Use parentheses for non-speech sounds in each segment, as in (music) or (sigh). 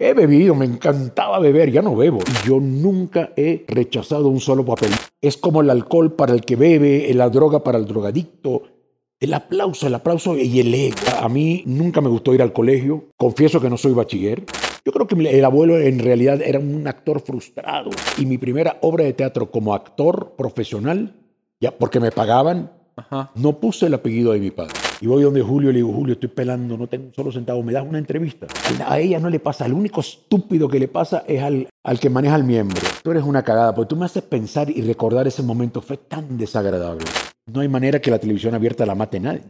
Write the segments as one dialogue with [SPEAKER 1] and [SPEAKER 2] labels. [SPEAKER 1] He bebido, me encantaba beber, ya no bebo. Yo nunca he rechazado un solo papel. Es como el alcohol para el que bebe, la droga para el drogadicto, el aplauso, el aplauso y el ego. A mí nunca me gustó ir al colegio. Confieso que no soy bachiller. Yo creo que el abuelo en realidad era un actor frustrado. Y mi primera obra de teatro como actor profesional, ya porque me pagaban,
[SPEAKER 2] Ajá.
[SPEAKER 1] no puse el apellido de mi padre. Y voy donde Julio y le digo, Julio, estoy pelando, no tengo un solo centavo, me das una entrevista. A ella no le pasa, el único estúpido que le pasa es al, al que maneja el miembro. Tú eres una cagada, porque tú me haces pensar y recordar ese momento, fue tan desagradable. No hay manera que la televisión abierta la mate nadie.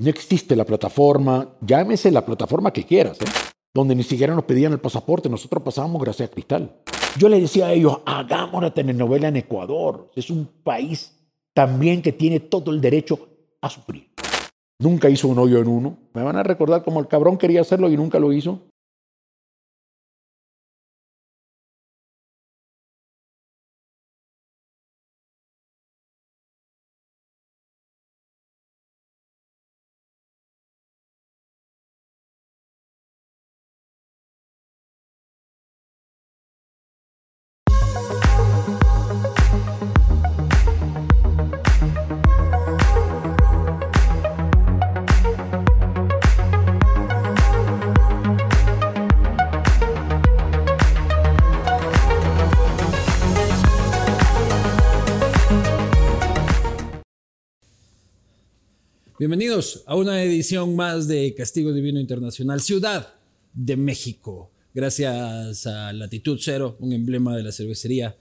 [SPEAKER 1] No existe la plataforma, llámese la plataforma que quieras, ¿eh? donde ni siquiera nos pedían el pasaporte, nosotros pasábamos gracias a Cristal. Yo le decía a ellos, hagamos una telenovela en Ecuador, es un país también que tiene todo el derecho a sufrir. Nunca hizo un hoyo en uno. Me van a recordar como el cabrón quería hacerlo y nunca lo hizo.
[SPEAKER 3] Bienvenidos a una edición más de Castigo Divino Internacional, Ciudad de México. Gracias a Latitud Cero, un emblema de la cervecería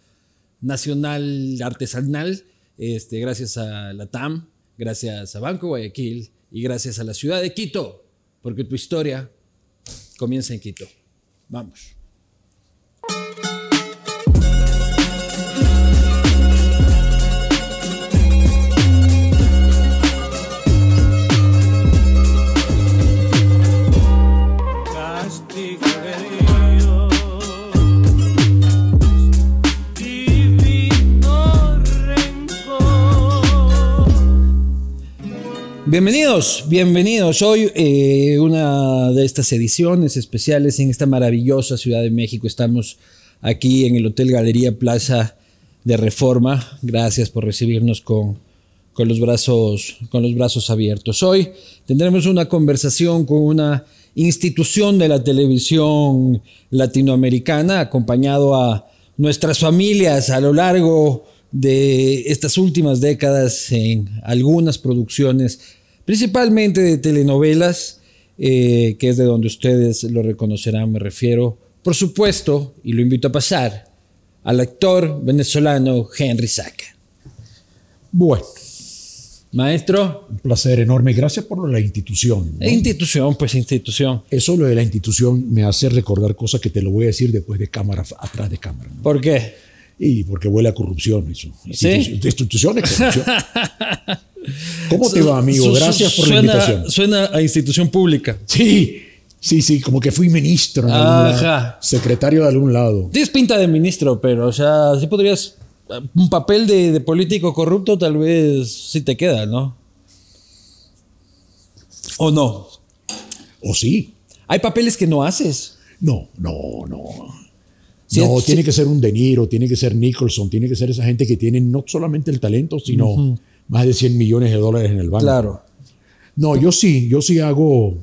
[SPEAKER 3] nacional artesanal. Este, gracias a la TAM, gracias a Banco Guayaquil y gracias a la ciudad de Quito, porque tu historia comienza en Quito. Vamos.
[SPEAKER 4] Castigo de Dios, divino rencor.
[SPEAKER 3] Bienvenidos, bienvenidos. Hoy eh, una de estas ediciones especiales en esta maravillosa Ciudad de México. Estamos aquí en el Hotel Galería Plaza de Reforma. Gracias por recibirnos con, con los, brazos, con los brazos abiertos. Hoy tendremos una conversación con una institución de la televisión latinoamericana, acompañado a nuestras familias a lo largo de estas últimas décadas en algunas producciones, principalmente de telenovelas, eh, que es de donde ustedes lo reconocerán, me refiero, por supuesto, y lo invito a pasar, al actor venezolano Henry Saca.
[SPEAKER 5] Bueno,
[SPEAKER 3] Maestro,
[SPEAKER 5] un placer enorme. Gracias por la institución. ¿no?
[SPEAKER 3] institución, pues institución.
[SPEAKER 5] Eso lo de la institución me hace recordar cosas que te lo voy a decir después de cámara, atrás de cámara. ¿no?
[SPEAKER 3] ¿Por qué?
[SPEAKER 5] Y porque huele a corrupción eso.
[SPEAKER 3] ¿Sí?
[SPEAKER 5] Institu- Instituciones,
[SPEAKER 3] (laughs)
[SPEAKER 5] corrupción. ¿Cómo te va, amigo?
[SPEAKER 3] Su- su-
[SPEAKER 5] Gracias por la
[SPEAKER 3] suena-
[SPEAKER 5] invitación.
[SPEAKER 3] Suena a institución pública.
[SPEAKER 5] Sí, sí, sí, como que fui ministro, en algún lado,
[SPEAKER 3] Ajá.
[SPEAKER 5] secretario de algún lado.
[SPEAKER 3] Tienes pinta de ministro, pero, o sea, sí podrías. Un papel de, de político corrupto, tal vez sí te queda, ¿no? O no.
[SPEAKER 5] ¿O sí?
[SPEAKER 3] Hay papeles que no haces.
[SPEAKER 5] No, no, no.
[SPEAKER 3] Sí,
[SPEAKER 5] no,
[SPEAKER 3] sí.
[SPEAKER 5] tiene que ser un De Niro, tiene que ser Nicholson, tiene que ser esa gente que tiene no solamente el talento, sino más de 100 millones de dólares en el banco.
[SPEAKER 3] Claro.
[SPEAKER 5] No, yo sí, yo sí hago.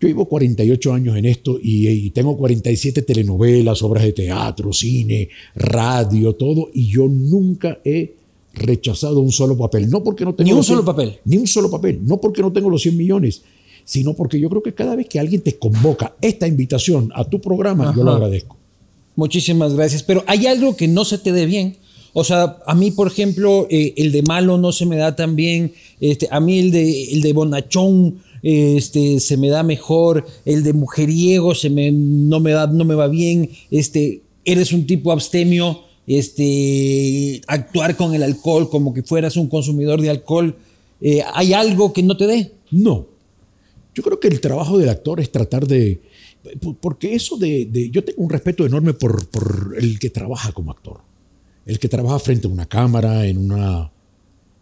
[SPEAKER 5] Yo llevo 48 años en esto y, y tengo 47 telenovelas, obras de teatro, cine, radio, todo, y yo nunca he rechazado un solo papel. No porque no tengo.
[SPEAKER 3] Ni un
[SPEAKER 5] los
[SPEAKER 3] solo
[SPEAKER 5] cien-
[SPEAKER 3] papel.
[SPEAKER 5] Ni un solo papel. No porque no tengo los 100 millones, sino porque yo creo que cada vez que alguien te convoca esta invitación a tu programa, yo lo
[SPEAKER 3] Ajá.
[SPEAKER 5] agradezco.
[SPEAKER 3] Muchísimas gracias. Pero hay algo que no se te dé bien. O sea, a mí, por ejemplo, eh, el de malo no se me da tan bien. Este, a mí el de, el de bonachón eh, este, se me da mejor. El de mujeriego se me, no, me da, no me va bien. Este, eres un tipo abstemio. Este, actuar con el alcohol como que fueras un consumidor de alcohol. Eh, ¿Hay algo que no te dé?
[SPEAKER 5] No. Yo creo que el trabajo del actor es tratar de... por- Porque eso de... de- yo tengo un respeto enorme por, por el que trabaja como actor. El que trabaja frente a una cámara, en una,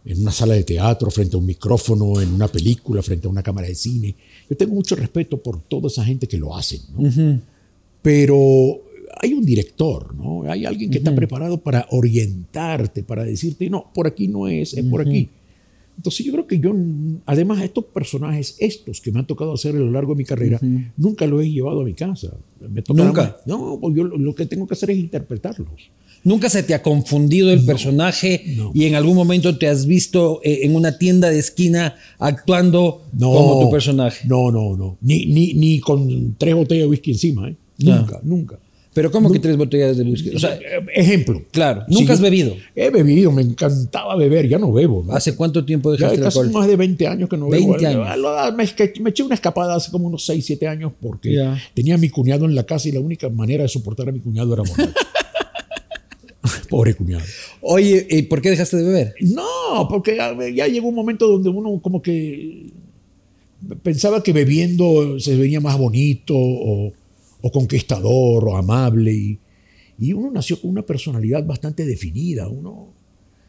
[SPEAKER 5] en una sala de teatro, frente a un micrófono, en una película, frente a una cámara de cine. Yo tengo mucho respeto por toda esa gente que lo hace. ¿no? Pero hay un director, ¿no? Hay alguien que está preparado para orientarte, para decirte, no, por aquí no es, es por aquí. Entonces yo creo que yo, además estos personajes, estos que me han tocado hacer a lo largo de mi carrera, nunca los he llevado a mi casa. Me tocará
[SPEAKER 3] Nunca.
[SPEAKER 5] más- No, pues yo lo- lo que tengo que hacer es interpretarlos.
[SPEAKER 3] ¿Nunca se te ha confundido el personaje
[SPEAKER 5] no.
[SPEAKER 3] y en algún momento te has visto eh, en una tienda de esquina actuando
[SPEAKER 5] No,
[SPEAKER 3] como tu personaje?
[SPEAKER 5] No, no, no. Ni, ni, ni con tres botellas de whisky encima, ¿eh?
[SPEAKER 3] Ya.
[SPEAKER 5] Nunca, nunca.
[SPEAKER 3] Pero ¿cómo que tres botellas de whisky? O sea,
[SPEAKER 5] Eh, Ejemplo.
[SPEAKER 3] claro,
[SPEAKER 5] Si
[SPEAKER 3] nunca
[SPEAKER 5] yo-
[SPEAKER 3] has bebido. Ah,
[SPEAKER 5] He bebido, me encantaba beber, ya no bebo. ¿no?
[SPEAKER 3] ¿Hace cuánto tiempo
[SPEAKER 5] Ya
[SPEAKER 3] dejaste el
[SPEAKER 5] casi
[SPEAKER 3] alcohol?
[SPEAKER 5] más de 20 años que no
[SPEAKER 3] 20
[SPEAKER 5] bebo.
[SPEAKER 3] años.
[SPEAKER 5] Lo- Me, que- me eché una escapada hace como unos 6, 7 años porque
[SPEAKER 3] Ya.
[SPEAKER 5] tenía a mi cuñado en la casa y la única manera de soportar a mi cuñado era
[SPEAKER 3] (laughs)
[SPEAKER 5] morir. Pobre cuñado.
[SPEAKER 3] Oye, ¿y ¿por qué dejaste de beber?
[SPEAKER 5] No, porque ya, ya llegó un momento donde uno como que pensaba que bebiendo se venía más bonito o, o conquistador o amable. Y, y uno nació con una personalidad bastante definida. Uno,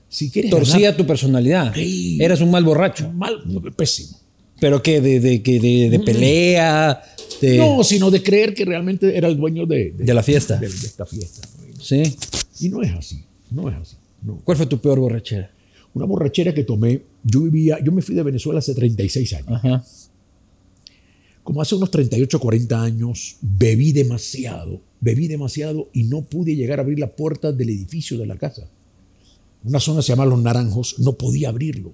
[SPEAKER 5] si quieres
[SPEAKER 3] Torcía
[SPEAKER 5] ganar-
[SPEAKER 3] tu personalidad.
[SPEAKER 5] Sí.
[SPEAKER 3] Eras un mal borracho.
[SPEAKER 5] mal, pésimo.
[SPEAKER 3] ¿Pero qué? ¿De, de, que de, de pelea? De,
[SPEAKER 5] No, sino de creer que realmente era el dueño de,
[SPEAKER 3] de la fiesta.
[SPEAKER 5] de- de esta fiesta. ¿no?
[SPEAKER 3] ¿Sí?
[SPEAKER 5] Y no es así, no es así. no.
[SPEAKER 3] ¿Cuál fue tu peor borrachera?
[SPEAKER 5] Una borrachera que tomé, yo vivía, yo me fui de Venezuela hace 36 años.
[SPEAKER 3] Ajá.
[SPEAKER 5] Como hace unos 38, 40 años, bebí demasiado, bebí demasiado y no pude llegar a abrir la puerta del edificio de la casa. Una zona se llama Los Naranjos, no podía abrirlo.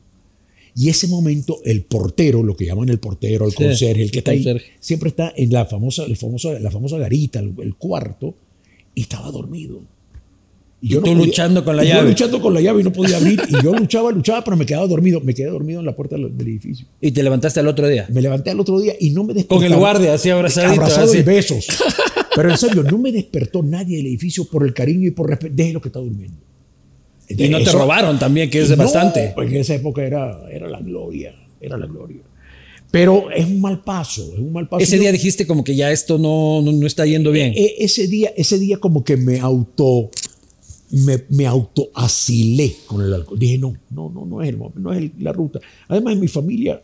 [SPEAKER 5] Y ese momento, el portero, lo que llaman el portero, el
[SPEAKER 3] Sí,
[SPEAKER 5] conserje, el que está ahí,
[SPEAKER 3] conserje.
[SPEAKER 5] siempre está en la famosa, el famoso- la famosa garita, el, el cuarto, y estaba dormido.
[SPEAKER 3] Y tú luchando con la
[SPEAKER 5] y yo
[SPEAKER 3] llave.
[SPEAKER 5] luchando con la llave y no podía abrir. Y yo luchaba, luchaba, pero me quedaba dormido. Me quedé dormido en la puerta del, del edificio.
[SPEAKER 3] ¿Y te levantaste al otro día?
[SPEAKER 5] Me levanté al otro día y no me despertaba.
[SPEAKER 3] Con el guardia, así abrazadito.
[SPEAKER 5] Abrazado
[SPEAKER 3] así.
[SPEAKER 5] y besos. (laughs) Pero en serio, no me despertó nadie del edificio por el cariño y por respeto. Déjelo que está durmiendo.
[SPEAKER 3] Y no te
[SPEAKER 5] Eso-
[SPEAKER 3] robaron también, que es
[SPEAKER 5] no,
[SPEAKER 3] bastante.
[SPEAKER 5] pues en esa época era, era la gloria, era la gloria. Pero es un mal paso, es un mal paso.
[SPEAKER 3] Ese
[SPEAKER 5] Yo-
[SPEAKER 3] día dijiste como que ya esto no, no, no está yendo bien.
[SPEAKER 5] e- ese día, ese día como que me auto, me, me autoasilé con el alcohol. Dije, no, no, no, no es, el mom- no es el- la ruta. Además, en mi familia,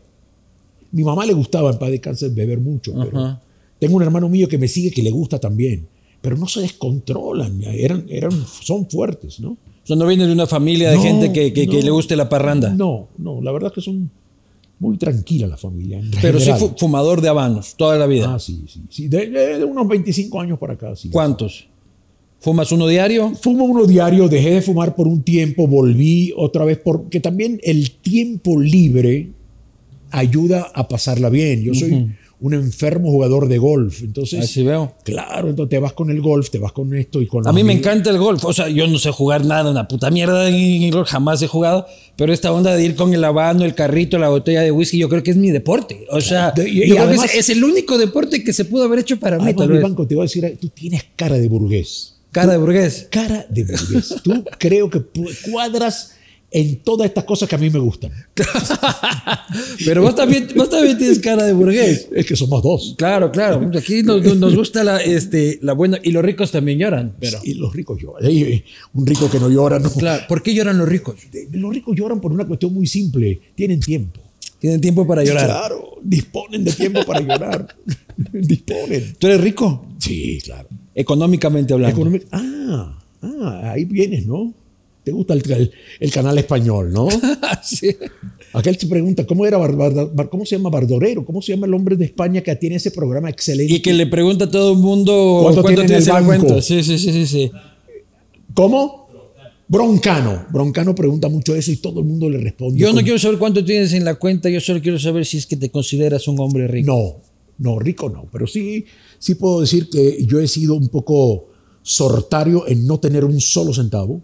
[SPEAKER 5] mi mamá le gustaba en paz de cáncer beber mucho, pero
[SPEAKER 3] Ajá.
[SPEAKER 5] tengo un hermano mío que me sigue que le gusta también, pero no se descontrolan, eran, eran, son fuertes, ¿no?
[SPEAKER 3] O sea, no vienes de una familia de
[SPEAKER 5] No,
[SPEAKER 3] gente que, que- que
[SPEAKER 5] no.
[SPEAKER 3] le guste la parranda.
[SPEAKER 5] No, no, la verdad es que son muy tranquilas la familia. en
[SPEAKER 3] Pero sí
[SPEAKER 5] general.
[SPEAKER 3] fu- fumador de habanos toda la vida.
[SPEAKER 5] Ah, sí, sí. sí. De, de- de unos 25 años para acá, sí.
[SPEAKER 3] ¿Cuántos? ¿Fumas uno diario?
[SPEAKER 5] Fumo uno diario, dejé de fumar por un tiempo, volví otra vez, porque también el tiempo libre ayuda a pasarla bien. Yo soy un enfermo jugador de golf, entonces...
[SPEAKER 3] Así veo.
[SPEAKER 5] Claro, entonces te vas con el golf, te vas con esto y con...
[SPEAKER 3] A
[SPEAKER 5] los
[SPEAKER 3] mí me
[SPEAKER 5] amigos.
[SPEAKER 3] encanta el golf. O sea, yo no sé jugar nada, una puta mierda en golf, jamás he jugado. Pero esta onda de ir con el habano, el carrito, la botella de whisky, yo creo que es mi deporte. O sea,
[SPEAKER 5] De- y-
[SPEAKER 3] yo
[SPEAKER 5] y
[SPEAKER 3] creo que
[SPEAKER 5] además-
[SPEAKER 3] es, es el único deporte que se pudo haber hecho para mí,
[SPEAKER 5] Además,
[SPEAKER 3] tal
[SPEAKER 5] mi
[SPEAKER 3] vez.
[SPEAKER 5] banco te va a decir, tú tienes cara de burgués.
[SPEAKER 3] Cara de burgués.
[SPEAKER 5] Cara de burgués.
[SPEAKER 3] (laughs)
[SPEAKER 5] Tú creo que pu- cuadras en todas estas cosas que a mí me gustan.
[SPEAKER 3] Pero vos también, vos también tienes cara de burgués.
[SPEAKER 5] Es que somos dos.
[SPEAKER 3] Claro, claro. Aquí nos, nos gusta la, este, la buena. Y los ricos también lloran. Pero,
[SPEAKER 5] Y los ricos lloran. Y Un rico que no llora, no.
[SPEAKER 3] claro, ¿por qué lloran los ricos?
[SPEAKER 5] Eh, Los ricos lloran por una cuestión muy simple. Tienen tiempo.
[SPEAKER 3] Tienen tiempo para llorar.
[SPEAKER 5] Claro, disponen de tiempo para llorar. (laughs) disponen.
[SPEAKER 3] ¿Tú eres rico?
[SPEAKER 5] Sí, claro.
[SPEAKER 3] Económicamente hablando.
[SPEAKER 5] Economic- Ah, ah, ahí vienes, ¿no? Te gusta el, el- el canal español, ¿no?
[SPEAKER 3] (laughs) Sí.
[SPEAKER 5] Aquel se pregunta, ¿cómo, era Bar- Bar- Bar- ¿cómo se llama Bardorero? ¿Cómo se llama el hombre de España que tiene ese programa excelente?
[SPEAKER 3] Y que le pregunta a todo el mundo
[SPEAKER 5] ¿Cuánto
[SPEAKER 3] cuánto,
[SPEAKER 5] tiene en el
[SPEAKER 3] tienes en la
[SPEAKER 5] banco?
[SPEAKER 3] cuenta. Sí, sí, sí, sí, sí.
[SPEAKER 5] ¿Cómo? Broncano. Broncano pregunta mucho eso y todo el mundo le responde.
[SPEAKER 3] Yo no
[SPEAKER 5] con-
[SPEAKER 3] quiero saber cuánto tienes en la cuenta, yo solo quiero saber si es que te consideras un hombre rico.
[SPEAKER 5] No, no, rico no, pero sí, sí puedo decir que yo he sido un poco sortario en no tener un solo centavo,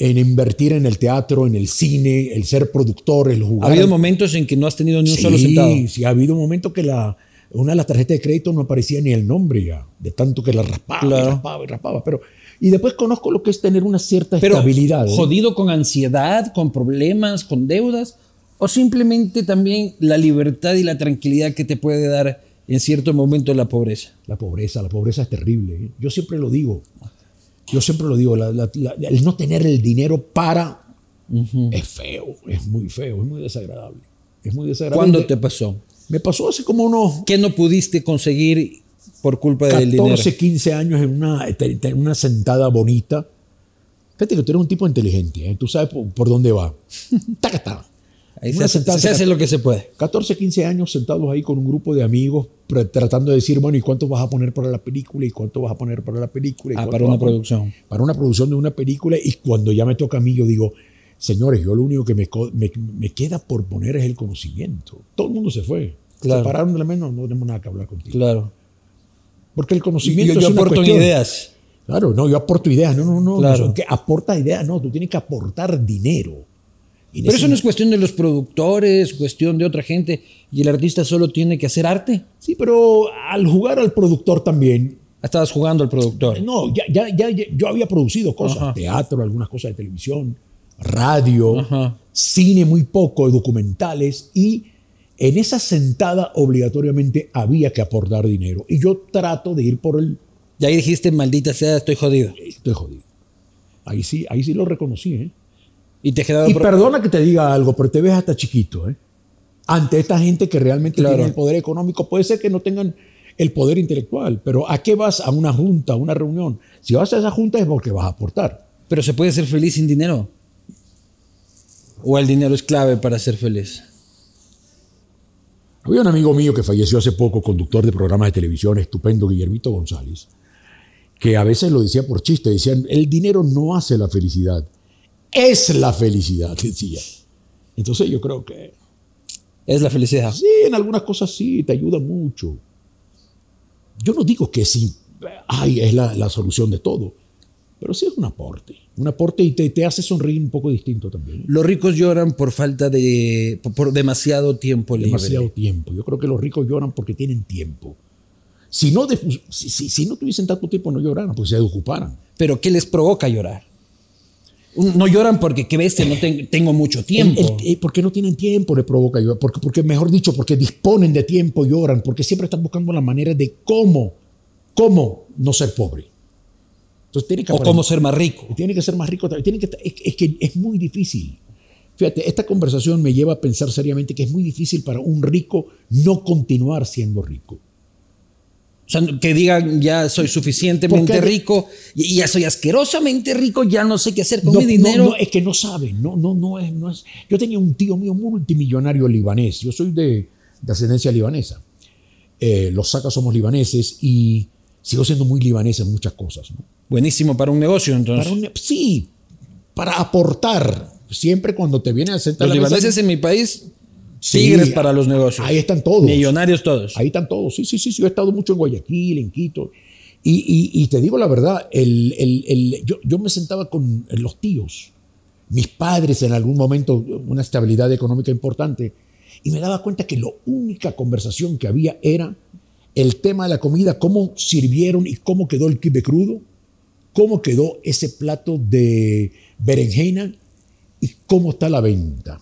[SPEAKER 5] en invertir en el teatro, en el cine, el ser productor, el
[SPEAKER 3] Ha
[SPEAKER 5] jugar.
[SPEAKER 3] habido momentos en que no has tenido ni un solo
[SPEAKER 5] Sí,
[SPEAKER 3] centavo.
[SPEAKER 5] Sí, ha habido un momento que la, una de las tarjetas de crédito no aparecía ni el nombre ya, de tanto que la raspaba, y
[SPEAKER 3] Claro.
[SPEAKER 5] raspaba y raspaba, pero y después conozco lo que es tener una cierta
[SPEAKER 3] Pero
[SPEAKER 5] estabilidad. ¿eh?
[SPEAKER 3] jodido con ansiedad, con problemas, con deudas, o simplemente también la libertad y la tranquilidad que te puede dar en cierto momento la pobreza.
[SPEAKER 5] La pobreza, la pobreza es terrible. ¿eh? Yo siempre lo digo. Yo siempre lo digo. la- la- la- el no tener el dinero para es feo, es muy feo, es muy desagradable. Es muy desagradable.
[SPEAKER 3] ¿Cuándo te pasó?
[SPEAKER 5] Me pasó hace como unos.
[SPEAKER 3] ¿Qué no pudiste conseguir por culpa del dinero.
[SPEAKER 5] 14, 15 años en una, en una sentada bonita. Fíjate que tú eres un tipo inteligente, ¿eh? tú sabes por, por dónde
[SPEAKER 3] (laughs)
[SPEAKER 5] va. Tacatá.
[SPEAKER 3] Ahí se,
[SPEAKER 5] Una
[SPEAKER 3] hace,
[SPEAKER 5] sentada
[SPEAKER 3] se hace lo que se puede.
[SPEAKER 5] 14, 15 años sentados ahí con un grupo de amigos pr- tratando de decir, bueno, ¿y cuánto vas a poner para la película? ¿Y cuánto vas a poner para la película? ¿Y
[SPEAKER 3] Ah,
[SPEAKER 5] cuánto
[SPEAKER 3] para
[SPEAKER 5] vas
[SPEAKER 3] una
[SPEAKER 5] a poner?"
[SPEAKER 3] producción.
[SPEAKER 5] Para una producción de una película y cuando ya me toca a mí yo digo, señores, yo lo único que me, co- me- me queda por poner es el conocimiento. Todo el mundo se fue.
[SPEAKER 3] Claro.
[SPEAKER 5] Se pararon de la mano, no tenemos nada que hablar contigo.
[SPEAKER 3] Claro.
[SPEAKER 5] Porque el
[SPEAKER 3] Y
[SPEAKER 5] conocimiento
[SPEAKER 3] yo, yo
[SPEAKER 5] es una
[SPEAKER 3] aporto en
[SPEAKER 5] cuestión.
[SPEAKER 3] ideas.
[SPEAKER 5] Claro, no, yo aporto ideas. No, no, no.
[SPEAKER 3] Claro.
[SPEAKER 5] eso, que aporta ideas, no. Tú tienes que aportar dinero. Y
[SPEAKER 3] Pero
[SPEAKER 5] ese-
[SPEAKER 3] eso no es cuestión de los productores, cuestión de otra gente. Y el artista solo tiene que hacer arte.
[SPEAKER 5] Sí, pero al jugar al productor también.
[SPEAKER 3] Estabas jugando al productor.
[SPEAKER 5] No, ya, ya, ya, ya- yo había producido cosas.
[SPEAKER 3] Ajá.
[SPEAKER 5] Teatro, algunas cosas de televisión, radio,
[SPEAKER 3] Ajá.
[SPEAKER 5] cine muy poco, documentales. Y en esa sentada obligatoriamente había que aportar dinero. Y yo trato de ir por el...
[SPEAKER 3] Y ahí dijiste, maldita sea, estoy jodido.
[SPEAKER 5] Estoy jodido. Ahí sí, ahí sí lo reconocí, ¿eh?
[SPEAKER 3] Y te quedaron
[SPEAKER 5] Y perdona que te diga algo, pero te ves hasta chiquito, ¿eh? Ante esta gente que realmente
[SPEAKER 3] Claro.
[SPEAKER 5] tiene el poder económico, puede ser que no tengan el poder intelectual, pero ¿a qué vas a una junta, a una reunión? Si vas a esa junta es porque vas a aportar.
[SPEAKER 3] Pero se puede ser feliz sin dinero. O el dinero es clave para ser feliz.
[SPEAKER 5] Había un amigo mío que falleció hace poco, conductor de programas de televisión, estupendo, Guillermito González, que a veces lo decía por chiste, decían, el dinero no hace la felicidad, es la felicidad, (laughs) decía. Entonces yo creo que
[SPEAKER 3] Es la felicidad.
[SPEAKER 5] Sí, en algunas cosas sí, te ayuda mucho. Yo no digo que sí, ay, es la, la solución de todo, pero sí es un aporte. Un aporte y te, te hace sonreír un poco distinto también.
[SPEAKER 3] Los ricos lloran por falta de. por, por demasiado tiempo libre.
[SPEAKER 5] Demasiado tiempo. Yo creo que los ricos lloran porque tienen tiempo. Si no, de- si, si- si no tuviesen tanto tiempo, no lloraran, porque se ocuparan.
[SPEAKER 3] Pero ¿qué les provoca llorar? Un- No lloran porque, qué bestia, no ten- tengo mucho tiempo.
[SPEAKER 5] El- el- eh, porque no tienen tiempo, le provoca llorar. Porque, porque, mejor dicho, porque disponen de tiempo, lloran. Porque siempre están buscando la manera de cómo, cómo no ser pobre. Entonces tiene que
[SPEAKER 3] o
[SPEAKER 5] aprender-
[SPEAKER 3] cómo ser más rico.
[SPEAKER 5] Tiene que ser más rico. Tiene que, es, es que es muy difícil. Fíjate, esta conversación me lleva a pensar seriamente que es muy difícil para un rico no continuar siendo rico.
[SPEAKER 3] O sea, que digan, ya soy suficientemente
[SPEAKER 5] Porque-
[SPEAKER 3] rico y y ya soy asquerosamente rico, ya no sé qué hacer con
[SPEAKER 5] No,
[SPEAKER 3] mi
[SPEAKER 5] no,
[SPEAKER 3] dinero.
[SPEAKER 5] no, eh. es que no saben. No, no, no es, no es. Yo tenía un tío mío multimillonario libanés. Yo soy de, de ascendencia libanesa. Eh, los sacas somos libaneses y sigo siendo muy libanés en muchas cosas. ¿no?
[SPEAKER 3] Buenísimo para un negocio, entonces.
[SPEAKER 5] Para un- sí, para aportar. Siempre cuando te viene a sentar
[SPEAKER 3] Los
[SPEAKER 5] a la mesa-
[SPEAKER 3] libaneses en mi país,
[SPEAKER 5] Sí,
[SPEAKER 3] tigres para los negocios.
[SPEAKER 5] Ahí están todos.
[SPEAKER 3] Millonarios todos.
[SPEAKER 5] Ahí están todos. Sí, sí, sí, sí. Yo he estado mucho en Guayaquil, en Quito. Y, y- y te digo la verdad, el, el- el- yo, yo me sentaba con los tíos, mis padres en algún momento, una estabilidad económica importante, y me daba cuenta que la única conversación que había era el tema de la comida, cómo sirvieron y cómo quedó el quibe crudo, cómo quedó ese plato de berenjena y cómo está la venta.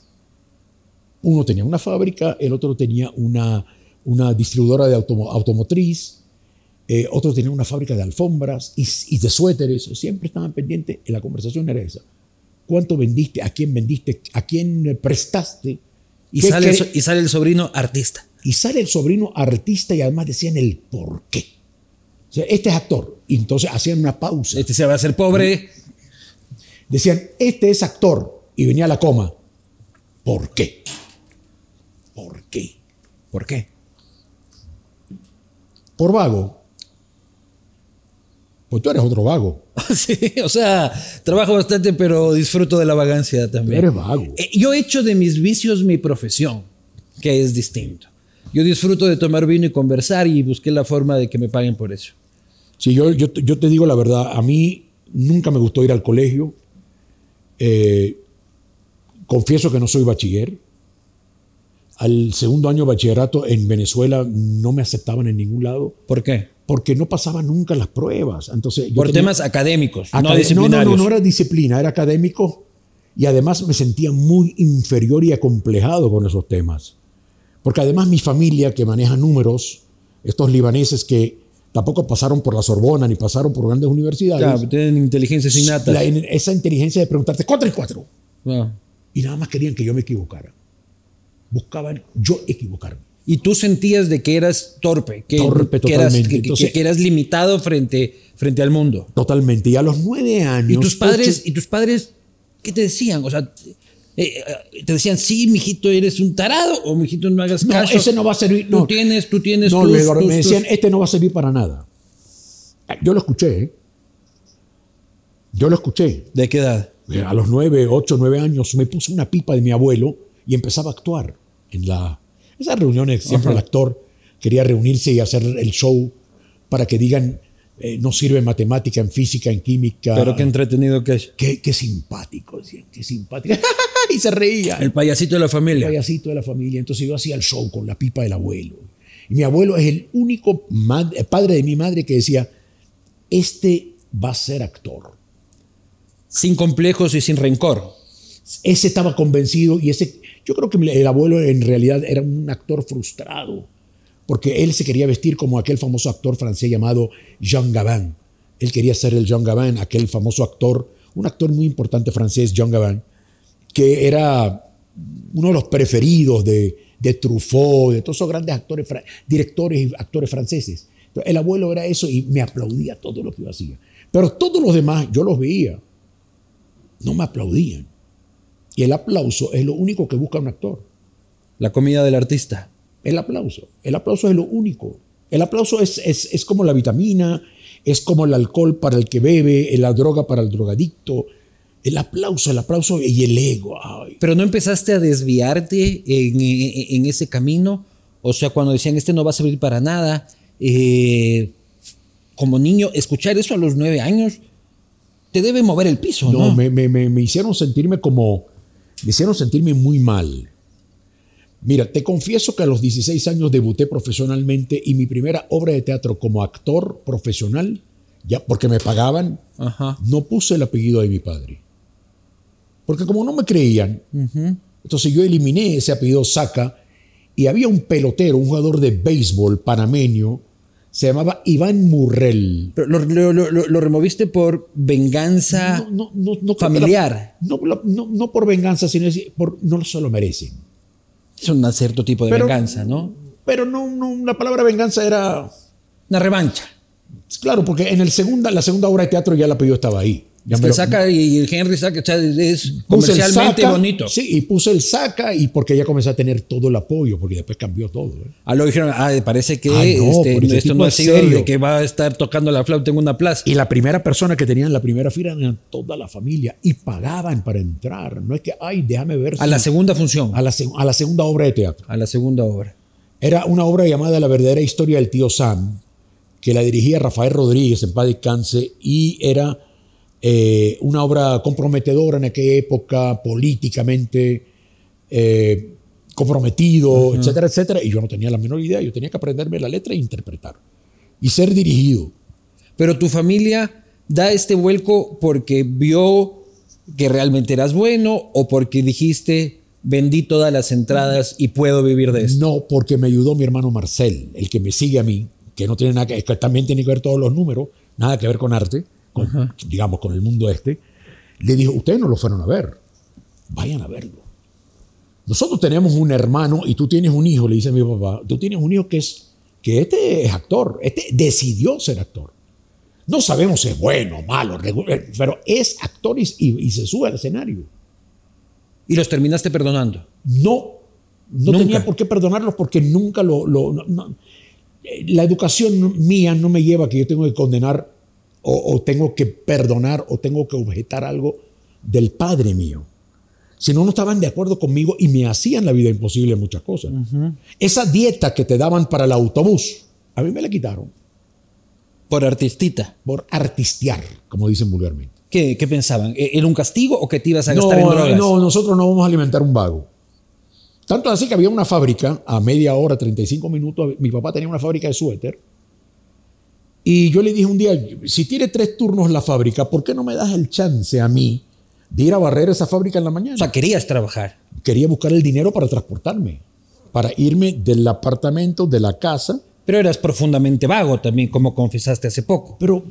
[SPEAKER 5] Uno tenía una fábrica, el otro tenía una, una distribuidora de automo- automotriz, eh, otro tenía una fábrica de alfombras y, y de suéteres. Siempre estaban pendientes, y la conversación era esa. ¿Cuánto vendiste? ¿A quién vendiste? ¿A quién prestaste?
[SPEAKER 3] Y
[SPEAKER 5] ¿Qué
[SPEAKER 3] sale, el
[SPEAKER 5] cre-
[SPEAKER 3] so- y sale el sobrino artista.
[SPEAKER 5] y sale el sobrino artista y además decían el por qué. O sea, este es actor. Y entonces hacían una pausa.
[SPEAKER 3] Este se va a hacer pobre. (laughs)
[SPEAKER 5] Decían, este es actor. Y venía la coma. ¿Por qué? ¿Por qué?
[SPEAKER 3] ¿Por qué?
[SPEAKER 5] Por vago. Pues tú eres otro vago.
[SPEAKER 3] Oh, Sí, o sea, trabajo bastante, pero disfruto de la vagancia también.
[SPEAKER 5] Eres vago.
[SPEAKER 3] Eh, Yo he hecho de mis vicios mi profesión, que es distinto. Yo disfruto de tomar vino y conversar y busqué la forma de que me paguen por eso.
[SPEAKER 5] Sí, yo, yo, yo te digo la verdad, a mí nunca me gustó ir al colegio. Eh, confieso que no soy bachiller. Al segundo año de bachillerato en Venezuela no me aceptaban en ningún lado
[SPEAKER 3] ¿Por qué?
[SPEAKER 5] porque no pasaba nunca las pruebas. Entonces, yo
[SPEAKER 3] por
[SPEAKER 5] tenía-
[SPEAKER 3] temas académicos, no
[SPEAKER 5] Acadé-
[SPEAKER 3] disciplinarios.
[SPEAKER 5] No, no, no era disciplina, era académico y además me sentía muy inferior y acomplejado con esos temas. Porque además mi familia que maneja números, estos libaneses que tampoco pasaron por la Sorbona ni pasaron por grandes universidades,
[SPEAKER 3] Ya, tienen inteligencia innata.
[SPEAKER 5] la- esa inteligencia de preguntarte cuatro y cuatro
[SPEAKER 3] No.
[SPEAKER 5] y nada más querían que yo me equivocara. Buscaban yo equivocarme.
[SPEAKER 3] Y tú sentías de que eras torpe, que,
[SPEAKER 5] Torpe
[SPEAKER 3] que eras,
[SPEAKER 5] totalmente.
[SPEAKER 3] que- que-
[SPEAKER 5] Entonces-
[SPEAKER 3] que eras limitado frente, frente al mundo.
[SPEAKER 5] Totalmente. Y a los nueve años.
[SPEAKER 3] ¿Y tus padres, este
[SPEAKER 5] ocho-
[SPEAKER 3] ¿y tus padres qué te decían? O sea, eh, eh, te decían, sí, mijito, eres un tarado, o mijito, no hagas
[SPEAKER 5] No,
[SPEAKER 3] caso.
[SPEAKER 5] ese no va a servir.
[SPEAKER 3] Tú
[SPEAKER 5] no.
[SPEAKER 3] tienes, tú tienes.
[SPEAKER 5] No,
[SPEAKER 3] tus-
[SPEAKER 5] Luis Eduardo,
[SPEAKER 3] tus-
[SPEAKER 5] me decían,
[SPEAKER 3] tus-
[SPEAKER 5] este no va a servir para nada. Yo lo escuché. ¿eh? Yo lo escuché.
[SPEAKER 3] ¿De qué edad?
[SPEAKER 5] Eh, A los nueve, ocho, nueve años me puse una pipa de mi abuelo y empezaba a actuar en la esas reuniones siempre el actor quería reunirse y hacer el show para que digan eh, no sirve en matemática, en física, en química.
[SPEAKER 3] Pero qué entretenido que es.
[SPEAKER 5] qué, qué simpático, decían, qué simpático. (laughs) y se reía
[SPEAKER 3] El payasito de la
[SPEAKER 5] el
[SPEAKER 3] familia.
[SPEAKER 5] payasito de la familia. Entonces yo hacía el show con la pipa del abuelo. Y mi abuelo es el único mad- padre de mi madre que decía, este va a ser actor.
[SPEAKER 3] Sin complejos y sin rencor.
[SPEAKER 5] Ese estaba convencido y ese, yo creo que el abuelo en realidad era un actor frustrado, porque él se quería vestir como aquel famoso actor francés llamado Jean Gabin. Él quería ser el Jean Gabin, aquel famoso actor, un actor muy importante francés, Jean Gabin, que era uno de los preferidos de, de Truffaut, de todos esos grandes actores, fra- directores y actores franceses. Pero El abuelo era eso y me aplaudía todo lo que yo hacía. Pero todos los demás, yo los veía, no me aplaudían. Y el aplauso es lo único que busca un actor.
[SPEAKER 3] La comida del artista.
[SPEAKER 5] El aplauso. El aplauso es lo único. El aplauso es, es, es como la vitamina, es como el alcohol para el que bebe, la droga para el drogadicto. El aplauso, el aplauso y el ego. Ay,
[SPEAKER 3] Pero no empezaste a desviarte en, en- en ese camino. O sea, cuando decían, este no va a servir para nada. eh, como niño, escuchar eso a los nueve años te debe mover el piso, ¿no?
[SPEAKER 5] No, me, me- me- me hicieron sentirme como. Me hicieron sentirme muy mal. Mira, te confieso que a los 16 años debuté profesionalmente y mi primera obra de teatro como actor profesional, ya porque me pagaban,
[SPEAKER 3] Ajá.
[SPEAKER 5] no puse el apellido de mi padre. Porque como no me creían, entonces yo eliminé ese apellido Saca y había un pelotero, un jugador de béisbol panameño, se llamaba Iván Murrell.
[SPEAKER 3] Pero lo, lo- lo- lo- lo removiste por venganza.
[SPEAKER 5] No, no, no, no creo que
[SPEAKER 3] Ah, familiar.
[SPEAKER 5] la- no, la- no- no por venganza, sino es por, no se lo merecen.
[SPEAKER 3] Es un cierto tipo de
[SPEAKER 5] Pero-
[SPEAKER 3] venganza, ¿no?
[SPEAKER 5] Pero no, no, la palabra venganza era...
[SPEAKER 3] Una revancha.
[SPEAKER 5] Claro, porque en el segunda, la segunda obra de teatro ya el apellido estaba ahí. Ya
[SPEAKER 3] Es
[SPEAKER 5] me
[SPEAKER 3] que
[SPEAKER 5] lo-
[SPEAKER 3] saca y el Henry saca, o sea, es
[SPEAKER 5] Puse el
[SPEAKER 3] comercialmente
[SPEAKER 5] saca,
[SPEAKER 3] bonito.
[SPEAKER 5] Sí, y puse el saca y porque ya comencé a tener todo el apoyo, porque después cambió todo. ¿eh?
[SPEAKER 3] Ah, luego dijeron, ah, parece que
[SPEAKER 5] Ah, no,
[SPEAKER 3] este,
[SPEAKER 5] pero ese
[SPEAKER 3] esto
[SPEAKER 5] tipo
[SPEAKER 3] no ha
[SPEAKER 5] es
[SPEAKER 3] sido
[SPEAKER 5] serio.
[SPEAKER 3] de que va a estar tocando la flauta en una plaza.
[SPEAKER 5] Y la primera persona que tenían la primera fila era toda la familia y pagaban para entrar. No es que, ay, déjame ver.
[SPEAKER 3] a
[SPEAKER 5] si-
[SPEAKER 3] la segunda función,
[SPEAKER 5] a la seg- a la segunda obra de teatro.
[SPEAKER 3] a la segunda obra.
[SPEAKER 5] Era una obra llamada La verdadera historia del tío Sam, que la dirigía Rafael Rodríguez en paz descanse, y era eh, una obra comprometedora en aquella época, políticamente eh, comprometido, etcétera, etcétera. Y yo no tenía la menor idea, yo tenía que aprenderme la letra e interpretar. Y ser dirigido.
[SPEAKER 3] Pero tu familia da este vuelco porque vio que realmente eras bueno o porque dijiste, vendí todas las entradas y puedo vivir de esto.
[SPEAKER 5] No, porque me ayudó mi hermano Marcel, el que me sigue a mí, que no tiene nada que, que también tiene que ver todos los números, nada que ver con arte, con, digamos, con el mundo este. Le dijo, ustedes no lo fueron a ver, vayan a verlo. Nosotros tenemos un hermano y tú tienes un hijo, le dice mi papá, tú tienes un hijo que es, que este es actor, este decidió ser actor. No sabemos si es bueno, malo, regu- eh, pero es actor y- y- y se sube al escenario
[SPEAKER 3] Y los terminaste perdonando.
[SPEAKER 5] no, no
[SPEAKER 3] Nunca.
[SPEAKER 5] tenía por qué perdonarlos porque nunca lo... lo- no- no. Eh, La educación mía no me lleva a que yo tengo que condenar o, o tengo que perdonar o tengo que objetar algo del padre mío. Si no, no estaban de acuerdo conmigo y me hacían la vida imposible en muchas cosas. Esa dieta que te daban para el autobús, a mí me la quitaron
[SPEAKER 3] Por artistita.
[SPEAKER 5] por artistear, como dicen vulgarmente.
[SPEAKER 3] ¿Qué, qué pensaban? ¿E- ¿Era un castigo o que te ibas a
[SPEAKER 5] No,
[SPEAKER 3] gastar en drogas?
[SPEAKER 5] no, nosotros no vamos a alimentar un vago. Tanto así que había una fábrica, a media hora, 35 minutos, mi papá tenía una fábrica de suéter. Y yo le dije un día, si tiene tres turnos la fábrica, ¿por qué no me das el chance a mí de ir a barrer esa fábrica en la mañana?
[SPEAKER 3] O sea, querías trabajar.
[SPEAKER 5] Quería buscar el dinero para transportarme, para irme del apartamento, de la casa,
[SPEAKER 3] Pero eras profundamente vago también, como confesaste hace poco.
[SPEAKER 5] pero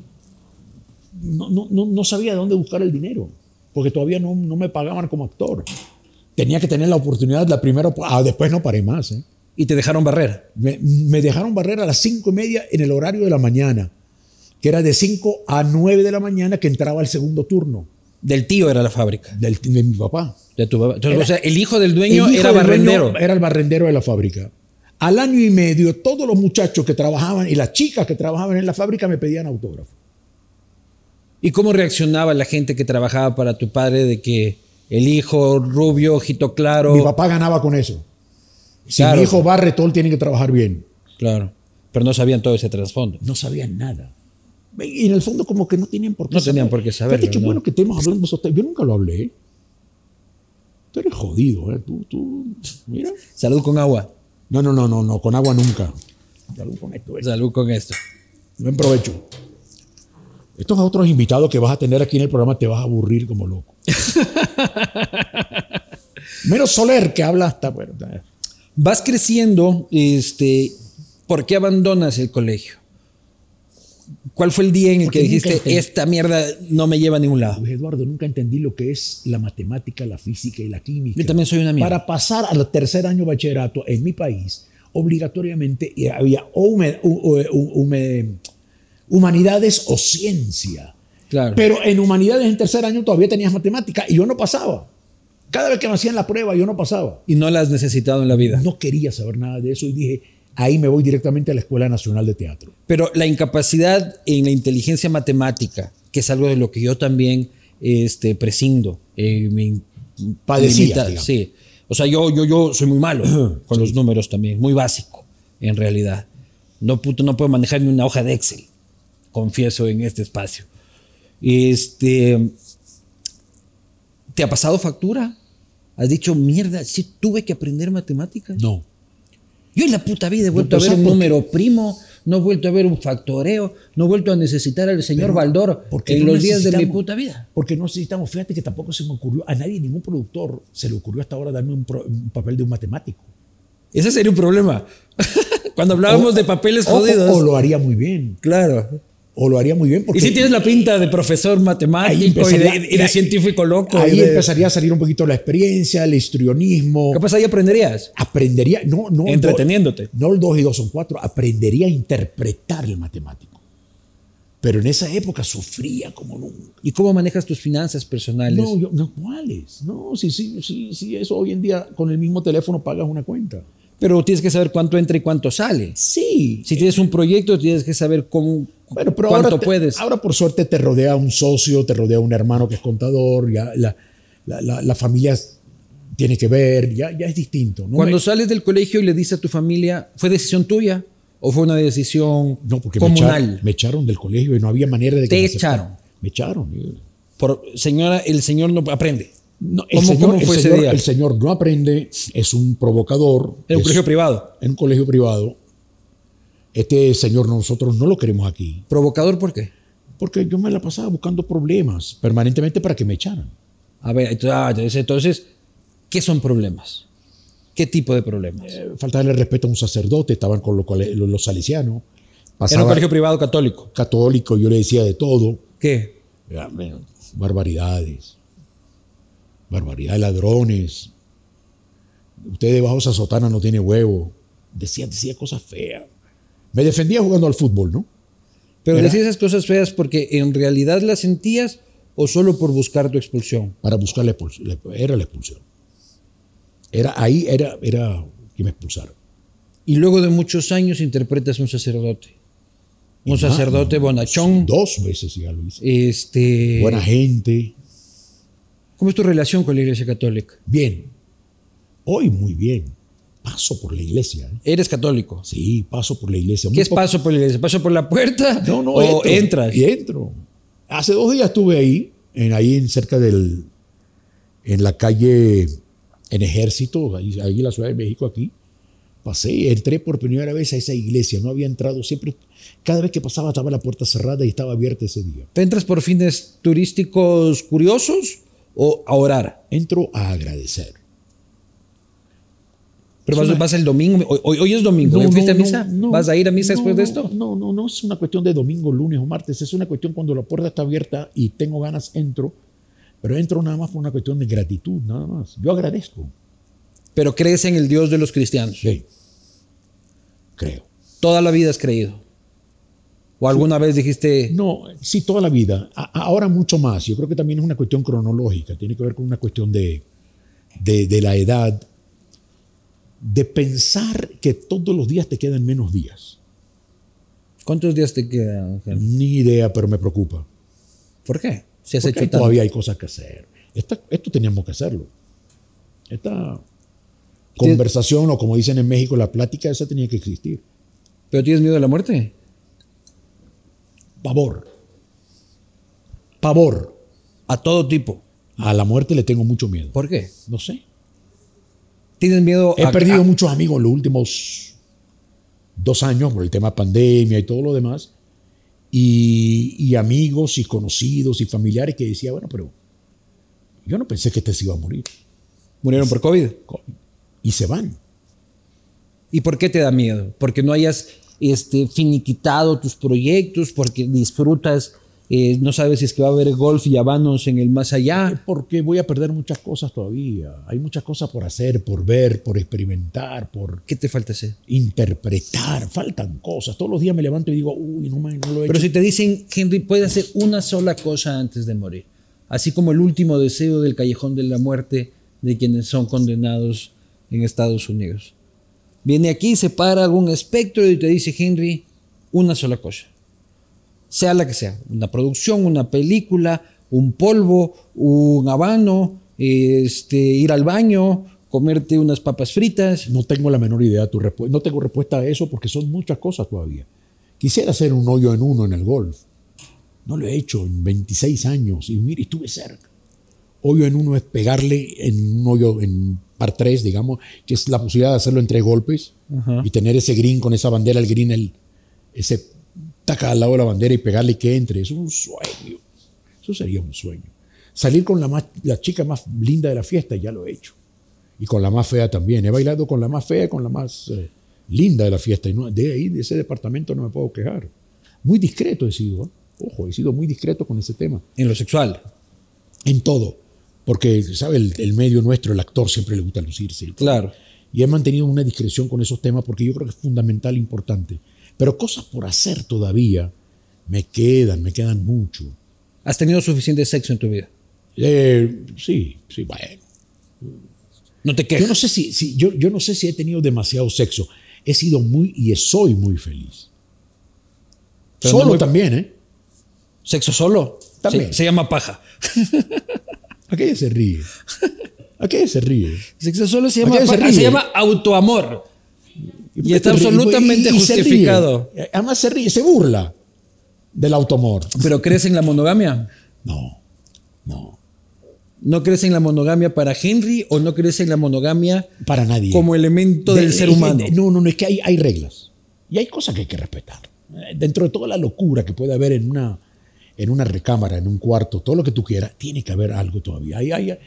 [SPEAKER 5] no, no- no- no sabía dónde buscar el dinero, porque todavía no, no me pagaban como actor. Tenía que tener la oportunidad, la primera, op- ah, después no paré más. ¿eh?
[SPEAKER 3] Y te dejaron barrer.
[SPEAKER 5] Me, me dejaron barrer a las cinco y media en el horario de la mañana, que era de 5 a 9 de la mañana que entraba el segundo turno
[SPEAKER 3] Del tío era la fábrica.
[SPEAKER 5] del, de mi papá.
[SPEAKER 3] De tu papá. Entonces, o sea, el hijo del
[SPEAKER 5] El
[SPEAKER 3] dueño
[SPEAKER 5] hijo
[SPEAKER 3] era
[SPEAKER 5] del
[SPEAKER 3] barrendero.
[SPEAKER 5] dueño eh. Era el barrendero de la fábrica. Al año y medio, todos los muchachos que trabajaban y las chicas que trabajaban en la fábrica me pedían autógrafo.
[SPEAKER 3] ¿Y cómo reaccionaba la gente que trabajaba para tu padre de que el hijo rubio, ojito claro?
[SPEAKER 5] Mi papá ganaba con eso. Si
[SPEAKER 3] Claro.
[SPEAKER 5] mi hijo barre, todo tiene que trabajar bien.
[SPEAKER 3] Claro. Pero no sabían todo ese trasfondo.
[SPEAKER 5] No sabían nada. Y en el fondo como que no tenían por qué
[SPEAKER 3] No tenían por qué saberlo,
[SPEAKER 5] Fíjate qué
[SPEAKER 3] ¿no?
[SPEAKER 5] bueno que estemos hablando sobre esto. Yo nunca lo hablé. ¿eh? Tú eres jodido, ¿eh? Tú, tú, mira.
[SPEAKER 3] Salud con agua.
[SPEAKER 5] No, no, no, no, no, con agua nunca. Salud con esto, ¿eh?
[SPEAKER 3] Salud con esto.
[SPEAKER 5] Buen provecho. Estos otros invitados que vas a tener aquí en el programa te vas a aburrir
[SPEAKER 3] (laughs)
[SPEAKER 5] como loco. Menos Soler que habla hasta... Bueno, eh.
[SPEAKER 3] Vas creciendo, este, ¿por qué abandonas el colegio? ¿Cuál fue el día en el
[SPEAKER 5] Porque
[SPEAKER 3] que
[SPEAKER 5] nunca
[SPEAKER 3] dijiste,
[SPEAKER 5] entendí.
[SPEAKER 3] esta mierda no me lleva a ningún lado?
[SPEAKER 5] Luis Pues, Eduardo, nunca entendí lo que es la matemática, la física y la química.
[SPEAKER 3] Yo también soy una mierda.
[SPEAKER 5] Para pasar al tercer año de bachillerato en mi país, obligatoriamente eh, había o hume- u- u- u- hume- humanidades o ciencia.
[SPEAKER 3] Claro.
[SPEAKER 5] Pero en humanidades en tercer año todavía tenías matemática y yo no pasaba. Cada vez que me hacían la prueba, yo no pasaba.
[SPEAKER 3] y no la has necesitado en la vida.
[SPEAKER 5] No quería saber nada de eso y dije, ahí me voy directamente a la Escuela Nacional de Teatro.
[SPEAKER 3] Pero la incapacidad en la inteligencia matemática, que es algo de lo que yo también este, prescindo, eh, me in-
[SPEAKER 5] Padecías,
[SPEAKER 3] limita-
[SPEAKER 5] digamos.
[SPEAKER 3] sí. O sea, yo, yo, yo soy muy malo con los números también, muy básico, en realidad. No, puto, no puedo manejar ni una hoja de Excel, confieso en este espacio. Este, ¿Te ha pasado factura? ¿Has dicho, mierda, sí tuve que aprender matemáticas?
[SPEAKER 5] No.
[SPEAKER 3] Yo en la puta vida he vuelto
[SPEAKER 5] No,
[SPEAKER 3] a
[SPEAKER 5] pues,
[SPEAKER 3] ver un
[SPEAKER 5] ¿sabes por
[SPEAKER 3] número primo, no he vuelto a ver un factoreo, no he vuelto a necesitar al señor Baldor
[SPEAKER 5] porque
[SPEAKER 3] en
[SPEAKER 5] no
[SPEAKER 3] los días de mi
[SPEAKER 5] necesitamos-
[SPEAKER 3] puta vida.
[SPEAKER 5] Porque no necesitamos, fíjate que tampoco se me ocurrió, a nadie, ningún productor, se le ocurrió hasta ahora darme un, pro- un papel de un matemático.
[SPEAKER 3] Ese sería un problema. (laughs) Cuando hablábamos
[SPEAKER 5] O-
[SPEAKER 3] de papeles
[SPEAKER 5] o-
[SPEAKER 3] jodidos.
[SPEAKER 5] O, lo haría muy bien.
[SPEAKER 3] claro.
[SPEAKER 5] O lo haría muy bien porque.
[SPEAKER 3] Y si tienes la pinta de profesor matemático y de,
[SPEAKER 5] empezaría-
[SPEAKER 3] y de
[SPEAKER 5] ahí-
[SPEAKER 3] científico loco.
[SPEAKER 5] Ahí
[SPEAKER 3] y de-
[SPEAKER 5] empezaría a salir un poquito la experiencia, el histrionismo.
[SPEAKER 3] Capaz ahí aprenderías.
[SPEAKER 5] Aprendería. No, no.
[SPEAKER 3] Entreteniéndote.
[SPEAKER 5] No el 2 y 2 son 4. Aprendería a interpretar el matemático. Pero en esa época sufría como nunca.
[SPEAKER 3] ¿Y cómo manejas tus finanzas personales?
[SPEAKER 5] No, yo, no, ¿cuáles? No, sí, sí, sí, sí, eso hoy en día con el mismo teléfono pagas una cuenta.
[SPEAKER 3] Pero tienes que saber cuánto entra y cuánto sale.
[SPEAKER 5] Sí,
[SPEAKER 3] Si tienes un proyecto, tienes que saber cómo,
[SPEAKER 5] Bueno, pero
[SPEAKER 3] cuánto
[SPEAKER 5] ahora te-
[SPEAKER 3] puedes.
[SPEAKER 5] Ahora, por suerte, te rodea un socio, te rodea un hermano que es contador, ya la, la, la- la familia es- tiene que ver, ya, ya es distinto. No,
[SPEAKER 3] Cuando
[SPEAKER 5] Me-
[SPEAKER 3] sales del colegio y le dices a tu familia, ¿fue decisión tuya o fue una decisión
[SPEAKER 5] no, porque me
[SPEAKER 3] comunal?
[SPEAKER 5] echaron, me echaron del colegio y no había manera de que.
[SPEAKER 3] Te
[SPEAKER 5] me aceptaran.
[SPEAKER 3] echaron.
[SPEAKER 5] Me echaron. eh.
[SPEAKER 3] Por, señora, el señor no aprende.
[SPEAKER 5] No, el,
[SPEAKER 3] ¿Cómo-
[SPEAKER 5] señor,
[SPEAKER 3] cómo fue
[SPEAKER 5] el,
[SPEAKER 3] ese
[SPEAKER 5] señor,
[SPEAKER 3] día?
[SPEAKER 5] el señor no aprende, es un provocador.
[SPEAKER 3] En un
[SPEAKER 5] es-
[SPEAKER 3] colegio privado.
[SPEAKER 5] En un colegio privado. Este señor nosotros no lo queremos aquí.
[SPEAKER 3] ¿Provocador por qué?
[SPEAKER 5] Porque yo me la pasaba buscando problemas permanentemente para que me echaran.
[SPEAKER 3] A ver, entonces, ah, entonces- entonces, ¿qué son problemas? ¿Qué tipo de problemas?
[SPEAKER 5] eh, faltarle respeto a un sacerdote, estaban con lo cual- eh, los, los
[SPEAKER 3] Era
[SPEAKER 5] salesianos,
[SPEAKER 3] un
[SPEAKER 5] pasaba
[SPEAKER 3] colegio privado católico.
[SPEAKER 5] católico, yo le decía de todo,
[SPEAKER 3] ¿Qué?
[SPEAKER 5] Ya, bueno, barbaridades, barbaridades, ladrones, usted debajo de esa sotana no tiene huevo, decía, decía cosas feas. Me defendía jugando al fútbol, ¿no?
[SPEAKER 3] Pero
[SPEAKER 5] Era-
[SPEAKER 3] decías esas cosas feas porque en realidad las sentías o solo por buscar tu expulsión.
[SPEAKER 5] Para buscar la expulsión, era la expulsión. Era ahí, era, era que me expulsaron.
[SPEAKER 3] Y luego de muchos años interpretas a un sacerdote. Un
[SPEAKER 5] Y nada,
[SPEAKER 3] sacerdote
[SPEAKER 5] no,
[SPEAKER 3] bonachón.
[SPEAKER 5] Dos veces ya lo hice.
[SPEAKER 3] Este,
[SPEAKER 5] Buena gente,
[SPEAKER 3] ¿Cómo es tu relación con la Iglesia Católica?
[SPEAKER 5] Bien. Hoy muy bien. Paso por la iglesia. ¿eh?
[SPEAKER 3] Eres católico.
[SPEAKER 5] Sí, paso por la iglesia. Muy
[SPEAKER 3] ¿Qué es
[SPEAKER 5] poco-
[SPEAKER 3] paso por la iglesia? ¿Paso por la puerta?
[SPEAKER 5] No, no,
[SPEAKER 3] o
[SPEAKER 5] entro.
[SPEAKER 3] entras.
[SPEAKER 5] Y entro. Hace dos días estuve ahí, en, ahí en cerca del. en la calle. en Ejército, ahí, ahí en la Ciudad de México, aquí. Pasé, y entré por primera vez a esa iglesia. No había entrado siempre. Cada vez que pasaba estaba la puerta cerrada y estaba abierta ese día.
[SPEAKER 3] ¿Te entras por fines turísticos curiosos o a orar?
[SPEAKER 5] Entro a agradecer.
[SPEAKER 3] Pero
[SPEAKER 5] Es
[SPEAKER 3] vas,
[SPEAKER 5] una-
[SPEAKER 3] vas el domingo. Hoy, hoy- hoy es domingo.
[SPEAKER 5] No,
[SPEAKER 3] ¿Ya ¿Fuiste
[SPEAKER 5] no,
[SPEAKER 3] a misa?
[SPEAKER 5] no, no.
[SPEAKER 3] ¿Vas a ir a misa después
[SPEAKER 5] No,
[SPEAKER 3] de
[SPEAKER 5] no,
[SPEAKER 3] esto?
[SPEAKER 5] No, no, no es una cuestión de domingo, lunes o martes. Es una cuestión cuando la puerta está abierta y tengo ganas, entro. Pero entro nada más por una cuestión de gratitud, nada más. Yo agradezco.
[SPEAKER 3] Pero crees en el Dios de los cristianos.
[SPEAKER 5] Sí. creo.
[SPEAKER 3] Toda la vida has creído. ¿O alguna vez dijiste,
[SPEAKER 5] No, sí, toda la vida. A- ahora mucho más. Yo creo que también es una cuestión cronológica. Tiene que ver con una cuestión de, de, de la edad. De pensar que todos los días te quedan menos días.
[SPEAKER 3] ¿cuántos días te quedan? Ángel?
[SPEAKER 5] Ni idea, pero me preocupa.
[SPEAKER 3] ¿Por qué? Si has
[SPEAKER 5] Porque
[SPEAKER 3] hecho tanto.
[SPEAKER 5] todavía hay cosas que hacer. Esta- esto teníamos que hacerlo. Esta conversación, o como dicen en México, la plática esa tenía que existir.
[SPEAKER 3] ¿Pero tienes miedo a la muerte?
[SPEAKER 5] Pavor. Pavor.
[SPEAKER 3] A todo tipo.
[SPEAKER 5] A la muerte le tengo mucho miedo.
[SPEAKER 3] ¿Por qué?
[SPEAKER 5] No sé.
[SPEAKER 3] ¿Tienes miedo
[SPEAKER 5] He
[SPEAKER 3] a-
[SPEAKER 5] perdido
[SPEAKER 3] a-
[SPEAKER 5] muchos amigos en los últimos dos años por el tema pandemia y todo lo demás. Y, y amigos y conocidos y familiares que decía, bueno, pero yo no pensé que este se iba a morir.
[SPEAKER 3] murieron por COVID?
[SPEAKER 5] Y se van.
[SPEAKER 3] ¿Y por qué te da miedo? Porque no hayas este, finiquitado tus proyectos, porque disfrutas, eh, no sabes si es que va a haber golf y habanos en el más allá.
[SPEAKER 5] Porque voy a perder muchas cosas todavía. Hay muchas cosas por hacer, por ver, por experimentar, por
[SPEAKER 3] ¿Qué te falta hacer?
[SPEAKER 5] interpretar. Faltan cosas. Todos los días me levanto y digo, uy, no, man, no lo he
[SPEAKER 3] Pero
[SPEAKER 5] hecho.
[SPEAKER 3] si te dicen, Henry, puedes hacer una sola cosa antes de morir, así como el último deseo del callejón de la muerte de quienes son condenados en Estados Unidos. Viene aquí, se para algún espectro y te dice, Henry, una sola cosa. Sea la que sea, una producción, una película, un polvo, un habano, este, ir al baño, comerte unas papas fritas.
[SPEAKER 5] No tengo la menor idea de tu respuesta. No tengo respuesta a eso porque son muchas cosas todavía. Quisiera hacer un hoyo en uno en el golf. No lo he hecho en 26 años y mire, estuve cerca. Hoyo en uno es pegarle en un hoyo en par 3, digamos, que es la posibilidad de hacerlo en tres golpes y tener ese green con esa bandera, el green, el, ese taca al lado de la bandera y pegarle y que entre. Es un sueño. Eso sería un sueño. Salir con la, más, la chica más linda de la fiesta, ya lo he hecho y con la más fea también. He bailado con la más fea y con la más eh, linda de la fiesta. Y no, de ahí, de ese departamento, no me puedo quejar. Muy discreto he sido. ¿eh? Ojo, he sido muy discreto con ese tema.
[SPEAKER 3] En lo sexual.
[SPEAKER 5] En todo. Porque, ¿sabe? El, el medio nuestro, el actor, siempre le gusta lucirse.
[SPEAKER 3] Claro.
[SPEAKER 5] Y he mantenido una discreción con esos temas porque yo creo que es fundamental, importante. Pero cosas por hacer todavía me quedan, me quedan mucho.
[SPEAKER 3] ¿Has tenido suficiente sexo en tu vida?
[SPEAKER 5] Eh, sí, sí, bueno.
[SPEAKER 3] No te quejes.
[SPEAKER 5] Yo no sé si, si- yo, yo no sé si he tenido demasiado sexo. He sido muy y soy muy feliz.
[SPEAKER 3] Pero
[SPEAKER 5] Solo
[SPEAKER 3] no muy-
[SPEAKER 5] también, ¿eh?
[SPEAKER 3] Sexo solo.
[SPEAKER 5] También.
[SPEAKER 3] Se, se llama paja.
[SPEAKER 5] Aquella se ríe. Aquella se ríe.
[SPEAKER 3] Sexo solo se
[SPEAKER 5] llama
[SPEAKER 3] llama
[SPEAKER 5] paja,
[SPEAKER 3] Se,
[SPEAKER 5] se
[SPEAKER 3] llama
[SPEAKER 5] llama
[SPEAKER 3] autoamor. Y
[SPEAKER 5] por
[SPEAKER 3] está
[SPEAKER 5] qué te ríes?
[SPEAKER 3] absolutamente
[SPEAKER 5] se ríe.
[SPEAKER 3] justificado.
[SPEAKER 5] Además se ríe, se burla del automor.
[SPEAKER 3] Pero crees en la monogamia.
[SPEAKER 5] No, no.
[SPEAKER 3] ¿No crees en la monogamia para Henry o no crees en la monogamia
[SPEAKER 5] Para nadie.
[SPEAKER 3] como elemento del
[SPEAKER 5] De-
[SPEAKER 3] ser
[SPEAKER 5] es-
[SPEAKER 3] humano?
[SPEAKER 5] No, no, no, es que hay, hay reglas. Y hay cosas que hay que respetar. Eh, Dentro de toda la locura que puede haber en una, en una recámara, en un cuarto, todo lo que tú quieras, tiene que haber algo todavía. Hay, hay,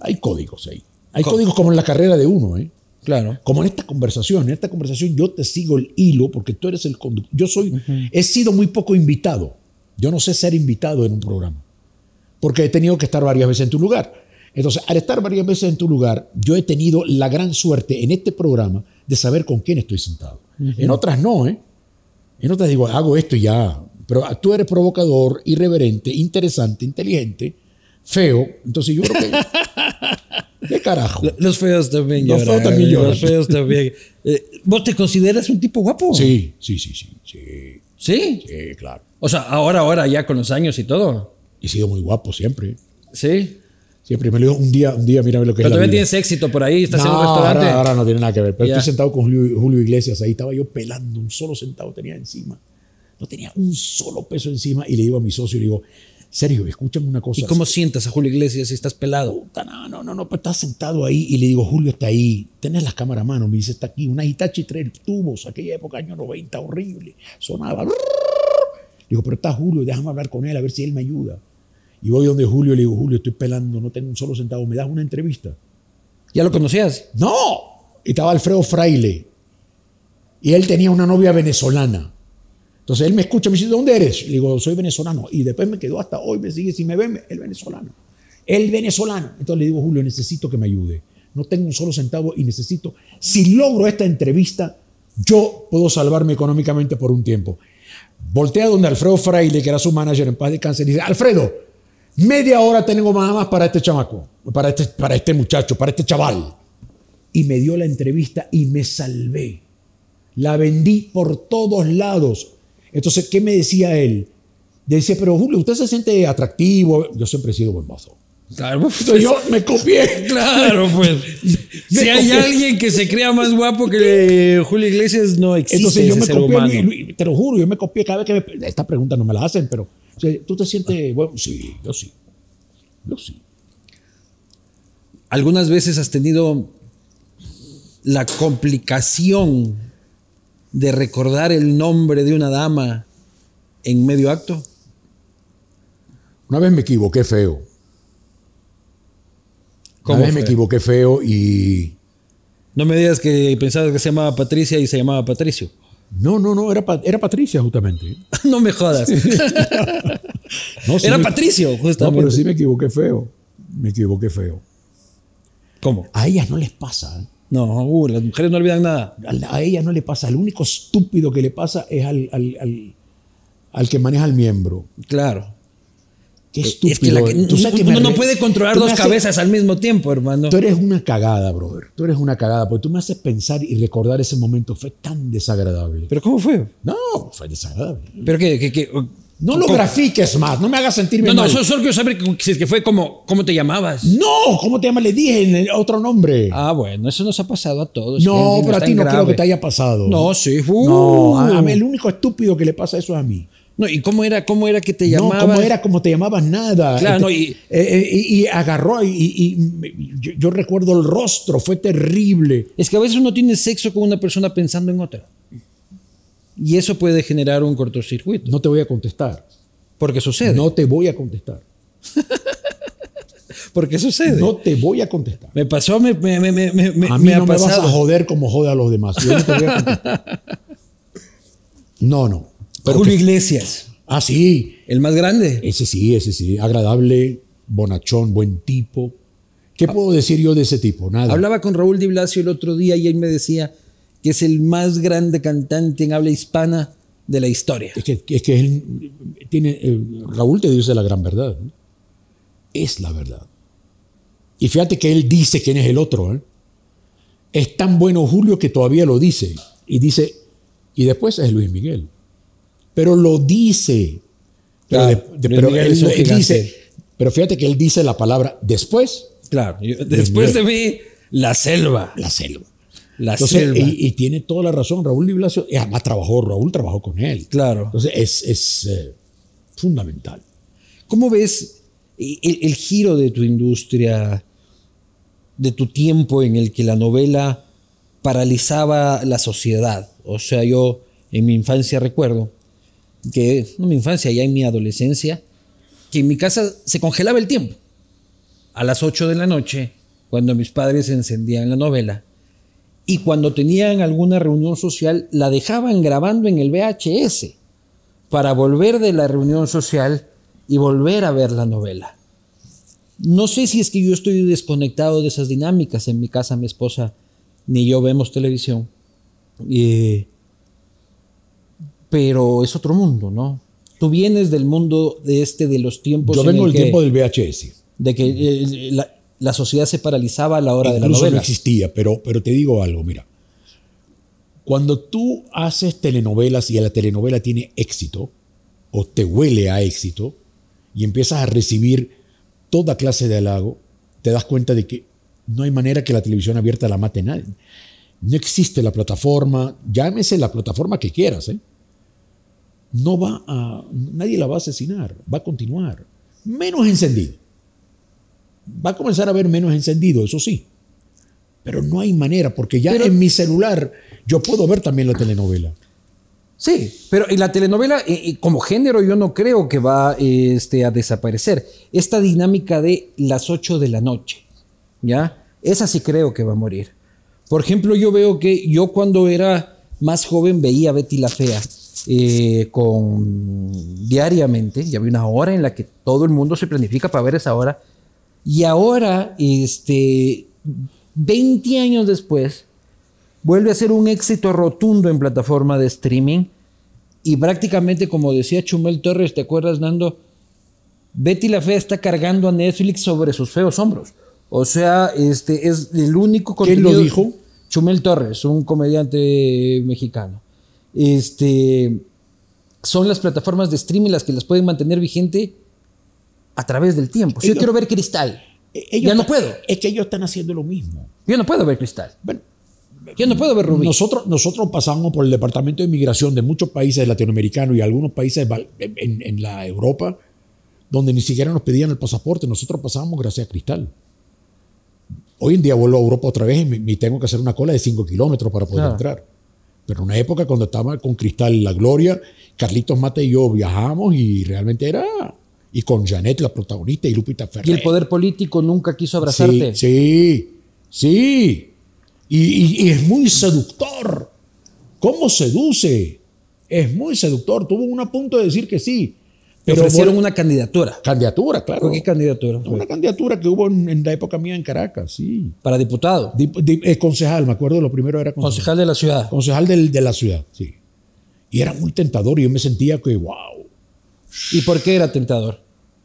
[SPEAKER 5] hay códigos ahí. Hay
[SPEAKER 3] Co-
[SPEAKER 5] códigos como en la carrera de uno, ¿eh?
[SPEAKER 3] Claro.
[SPEAKER 5] Como en esta conversación, en esta conversación yo te sigo el hilo porque tú eres el conductor. Yo soy, he sido muy poco invitado. Yo no sé ser invitado en un programa porque he tenido que estar varias veces en tu lugar. Entonces, al estar varias veces en tu lugar, yo he tenido la gran suerte en este programa de saber con quién estoy sentado. En otras no, ¿eh? En otras digo, hago esto y ya. Pero tú eres provocador, irreverente, interesante, inteligente, feo. Entonces yo creo que... ¿Qué carajo?
[SPEAKER 3] Los feos también
[SPEAKER 5] Los
[SPEAKER 3] lloran,
[SPEAKER 5] feos también lloran.
[SPEAKER 3] Los feos (laughs) también. Eh, ¿Vos te consideras un tipo guapo?
[SPEAKER 5] Sí, sí, sí, sí, sí,
[SPEAKER 3] ¿Sí?
[SPEAKER 5] sí, claro.
[SPEAKER 3] O sea, ahora, ahora, ya con los años y todo.
[SPEAKER 5] He sido muy guapo siempre.
[SPEAKER 3] Sí.
[SPEAKER 5] Siempre me lo digo un día, un día, mira lo que
[SPEAKER 3] Pero
[SPEAKER 5] es la
[SPEAKER 3] todavía
[SPEAKER 5] vida.
[SPEAKER 3] tienes éxito por ahí, estás en un
[SPEAKER 5] No,
[SPEAKER 3] restaurante.
[SPEAKER 5] Ahora, ahora no tiene nada que ver. Pero
[SPEAKER 3] Ya.
[SPEAKER 5] estoy sentado con Julio, Julio Iglesias ahí. Estaba yo pelando, un solo centavo tenía encima. No tenía un solo peso encima. Y le digo a mi socio, le digo, Sergio, escúchame una cosa.
[SPEAKER 3] ¿Y cómo sientas a Julio Iglesias si estás pelado?
[SPEAKER 5] Puta, no, no, no, no, pues estás sentado ahí y le digo, Julio está ahí, tenés las cámaras a mano, me dice, está aquí, una Hitachi tres tubos, aquella época, años 90, horrible, sonaba. Le digo, pero está Julio, déjame hablar con él, a ver si él me ayuda. Y voy donde Julio, le digo, Julio, estoy pelando, no tengo un solo centavo, ¿me das una entrevista?
[SPEAKER 3] ¿Ya lo conocías?
[SPEAKER 5] ¡No! Y estaba Alfredo Fraile. Y él tenía una novia venezolana. Entonces él me escucha, me dice, ¿de dónde eres? Le digo, soy venezolano. Y después me quedó hasta hoy, me sigue, si me ven, el venezolano. El venezolano. Entonces le digo, Julio, necesito que me ayude. No tengo un solo centavo y necesito, si logro esta entrevista, Yo puedo salvarme económicamente por un tiempo. Voltea donde Alfredo Fraile, que era su manager en paz de cáncer, y dice, Alfredo, media hora tengo nada más para este chamaco, para este, para este muchacho, para este chaval. Y me dio la entrevista y me salvé. La vendí por todos lados. Entonces, ¿qué me decía él? Decía, pero Julio, ¿usted se siente atractivo? Yo siempre he sido buen mozo.
[SPEAKER 3] Claro, pues,
[SPEAKER 5] Entonces yo me copié.
[SPEAKER 3] claro, pues. Si hay alguien que se crea más guapo que eh, Julio Iglesias, no existe
[SPEAKER 5] Entonces yo
[SPEAKER 3] ese
[SPEAKER 5] me
[SPEAKER 3] ser
[SPEAKER 5] copié,
[SPEAKER 3] humano.
[SPEAKER 5] Luis, Luis, te lo juro, yo me copié cada vez que me... Esta pregunta no me la hacen, pero... o sea, ¿Tú te sientes bueno? Sí, yo sí. Yo sí.
[SPEAKER 3] algunas veces has tenido la complicación de recordar el nombre de una dama en medio acto.
[SPEAKER 5] Una vez me equivoqué feo. Una vez me
[SPEAKER 3] fue?
[SPEAKER 5] equivoqué feo y...
[SPEAKER 3] No me digas que pensabas que se llamaba Patricia y se llamaba Patricio. (laughs)
[SPEAKER 5] No, no, no, era, Pa- era Patricia justamente.
[SPEAKER 3] no me jodas.
[SPEAKER 5] (laughs) No, sí
[SPEAKER 3] Era
[SPEAKER 5] me-
[SPEAKER 3] Patricio,
[SPEAKER 5] No,
[SPEAKER 3] justamente.
[SPEAKER 5] pero sí me equivoqué feo. Me equivoqué feo.
[SPEAKER 3] ¿Cómo?
[SPEAKER 5] A ellas no les pasa. ¿eh?
[SPEAKER 3] No, uh, las mujeres no olvidan nada.
[SPEAKER 5] A, a ellas no le pasa. El único estúpido que le pasa es al, al, al- al que maneja el miembro.
[SPEAKER 3] Claro.
[SPEAKER 5] Qué estúpido.
[SPEAKER 3] Es que, la que-
[SPEAKER 5] ¿eh? Tú sabes que me
[SPEAKER 3] uno no
[SPEAKER 5] re-
[SPEAKER 3] puede controlar
[SPEAKER 5] tú me
[SPEAKER 3] dos
[SPEAKER 5] haces-
[SPEAKER 3] cabezas al mismo tiempo, hermano.
[SPEAKER 5] Tú eres una cagada, brother. Tú eres una cagada. Porque tú me haces pensar y recordar ese momento. Fue tan desagradable.
[SPEAKER 3] ¿Pero cómo fue?
[SPEAKER 5] No, fue desagradable.
[SPEAKER 3] ¿Pero qué? qué- qué?
[SPEAKER 5] No lo
[SPEAKER 3] ¿Cómo?
[SPEAKER 5] grafiques más. No me hagas sentirme
[SPEAKER 3] No, no,
[SPEAKER 5] mal.
[SPEAKER 3] solo, solo quiero saber que, si es que fue como, ¿cómo te llamabas?
[SPEAKER 5] No, ¿cómo te llamas? Le dije en el otro nombre.
[SPEAKER 3] Ah, pues, bueno, eso nos ha pasado a todos.
[SPEAKER 5] no,
[SPEAKER 3] Henry,
[SPEAKER 5] pero a
[SPEAKER 3] es
[SPEAKER 5] ti
[SPEAKER 3] tan
[SPEAKER 5] no creo
[SPEAKER 3] grave.
[SPEAKER 5] que te haya pasado.
[SPEAKER 3] No, sí. uh.
[SPEAKER 5] No, a, a mí el único estúpido que le pasa eso es a mí.
[SPEAKER 3] No, ¿y cómo era, cómo era que te
[SPEAKER 5] No,
[SPEAKER 3] llamabas?
[SPEAKER 5] como era, como te llamabas nada.
[SPEAKER 3] Claro,
[SPEAKER 5] Este,
[SPEAKER 3] no, y-
[SPEAKER 5] eh, eh, y, y agarró y, y- y me- yo, yo recuerdo el rostro, fue terrible.
[SPEAKER 3] Es que a veces uno tiene sexo con una persona pensando en otra. Y eso puede generar un cortocircuito.
[SPEAKER 5] No te voy a contestar.
[SPEAKER 3] Porque sucede.
[SPEAKER 5] No te voy a contestar.
[SPEAKER 3] Porque sucede.
[SPEAKER 5] No te voy a contestar.
[SPEAKER 3] Me pasó, me, me, me, me, me-
[SPEAKER 5] a mí
[SPEAKER 3] me
[SPEAKER 5] no
[SPEAKER 3] ha
[SPEAKER 5] me vas a
[SPEAKER 3] pasado.
[SPEAKER 5] joder como jode a los demás. Yo no te voy a contestar.
[SPEAKER 3] (laughs)
[SPEAKER 5] No, no. Pero
[SPEAKER 3] Julio
[SPEAKER 5] que-
[SPEAKER 3] Iglesias,
[SPEAKER 5] ah, sí.
[SPEAKER 3] el más grande.
[SPEAKER 5] Ese sí, ese sí. Agradable, bonachón, buen tipo. ¿Qué
[SPEAKER 3] Ah.
[SPEAKER 5] puedo decir yo de ese tipo? Nada.
[SPEAKER 3] Hablaba con Raúl Di Blasio el otro día y él me decía que es el más grande cantante en habla hispana de la historia.
[SPEAKER 5] Es que, es que él tiene. eh, Raúl te dice la gran verdad. ¿no? Es la verdad. Y fíjate que él dice quién es el otro. ¿eh? Es tan bueno Julio que todavía lo dice. Y dice. Y después es Luis Miguel. Pero lo dice. Pero,
[SPEAKER 3] Claro,
[SPEAKER 5] de- de-
[SPEAKER 3] Luis
[SPEAKER 5] pero
[SPEAKER 3] Miguel
[SPEAKER 5] él,
[SPEAKER 3] es un
[SPEAKER 5] él
[SPEAKER 3] gigante.
[SPEAKER 5] dice. Pero fíjate que él dice la palabra después
[SPEAKER 3] Claro, yo- después de mí, la selva.
[SPEAKER 5] la selva.
[SPEAKER 3] La
[SPEAKER 5] Entonces,
[SPEAKER 3] selva.
[SPEAKER 5] y, y tiene toda la razón. Raúl Di Blasio, y además trabajó, Raúl trabajó con él.
[SPEAKER 3] Claro.
[SPEAKER 5] Entonces es, es, eh, fundamental.
[SPEAKER 3] ¿Cómo ves el, el giro de tu industria, de tu tiempo en el que la novela paralizaba la sociedad? O sea, yo en mi infancia recuerdo que, no mi infancia, ya en mi adolescencia, que en mi casa se congelaba el tiempo. A las 8 de la noche, cuando mis padres encendían la novela, y cuando tenían alguna reunión social, la dejaban grabando en el VHS para volver de la reunión social y volver a ver la novela. No sé si es que yo estoy desconectado de esas dinámicas. En mi casa mi esposa ni yo vemos televisión. Eh, pero es otro mundo, ¿no? Tú vienes del mundo de este, de los tiempos
[SPEAKER 5] Yo
[SPEAKER 3] en
[SPEAKER 5] vengo
[SPEAKER 3] el
[SPEAKER 5] del
[SPEAKER 3] que-
[SPEAKER 5] tiempo del VHS.
[SPEAKER 3] de que eh, la, la sociedad se paralizaba a la hora de la
[SPEAKER 5] Incluso no
[SPEAKER 3] novela.
[SPEAKER 5] existía, pero, pero te digo algo, mira. Cuando tú haces telenovelas y la telenovela tiene éxito, o te huele a éxito, y empiezas a recibir toda clase de halago, te das cuenta de que no hay manera que la televisión abierta la mate nadie. No existe la plataforma, llámese la plataforma que quieras, ¿eh? No va a. Nadie la va a asesinar, va a continuar. Menos encendido. Va a comenzar a haber menos encendido, eso sí. Pero no hay manera, porque ya
[SPEAKER 3] Pero-
[SPEAKER 5] en mi celular yo puedo ver también la telenovela.
[SPEAKER 3] Sí, pero en la telenovela eh, eh, como género yo no creo que va eh, este, a desaparecer. Esta dinámica de las 8 de la noche, ¿ya? Esa sí creo que va a morir. Por ejemplo, yo veo que yo cuando era más joven veía a Betty la Fea eh, con, diariamente, y había una hora en la que todo el mundo se planifica para ver esa hora, y ahora, este, 20 años después, Vuelve a ser un éxito rotundo en plataforma de streaming y prácticamente, como decía Chumel Torres, ¿te acuerdas, Nando? Betty la Fea está cargando a Netflix sobre sus feos hombros. O sea, este es el único
[SPEAKER 5] ¿Quién
[SPEAKER 3] contenido-
[SPEAKER 5] lo dijo?
[SPEAKER 3] Chumel Torres, un comediante mexicano. Este, son las plataformas de streaming las que las pueden mantener vigente a través del tiempo. Si yo
[SPEAKER 5] Ellos-
[SPEAKER 3] quiero ver Cristal,
[SPEAKER 5] Ellos
[SPEAKER 3] ya no
[SPEAKER 5] ta-
[SPEAKER 3] puedo.
[SPEAKER 5] Es que ellos están haciendo lo mismo.
[SPEAKER 3] Yo no puedo ver Cristal.
[SPEAKER 5] Bueno,
[SPEAKER 3] Yo no puedo ver Rubí.
[SPEAKER 5] Nosotros, nosotros pasamos por el Departamento de Inmigración de muchos países latinoamericanos y algunos países val- en, en la Europa, donde ni siquiera nos pedían el pasaporte. Nosotros pasábamos gracias a Cristal. Hoy en día vuelvo a Europa otra vez y me, me tengo que hacer una cola de 5 kilómetros para poder
[SPEAKER 3] Claro.
[SPEAKER 5] entrar. Pero en una época cuando estaba con Cristal La Gloria, Carlitos Mate y yo viajamos y realmente era... Y con Janet, la protagonista, y Lupita Ferrer.
[SPEAKER 3] y el poder político nunca quiso abrazarte.
[SPEAKER 5] Sí, sí, sí. Y, y- y es muy seductor. ¿Cómo seduce? Es muy seductor. Tuvo un punto de decir que sí.
[SPEAKER 3] Te
[SPEAKER 5] Pero
[SPEAKER 3] ofrecieron
[SPEAKER 5] vol-
[SPEAKER 3] una candidatura.
[SPEAKER 5] candidatura, claro.
[SPEAKER 3] ¿Por qué candidatura? fue?
[SPEAKER 5] Una candidatura que hubo en, en la época mía en Caracas, sí.
[SPEAKER 3] Para diputado,
[SPEAKER 5] Dip- dip- eh, concejal, me acuerdo, lo primero era concejal.
[SPEAKER 3] concejal de la ciudad.
[SPEAKER 5] Concejal del- de la ciudad, sí. Y era muy tentador y yo me sentía que, wow.
[SPEAKER 3] ¿Y por qué era tentador?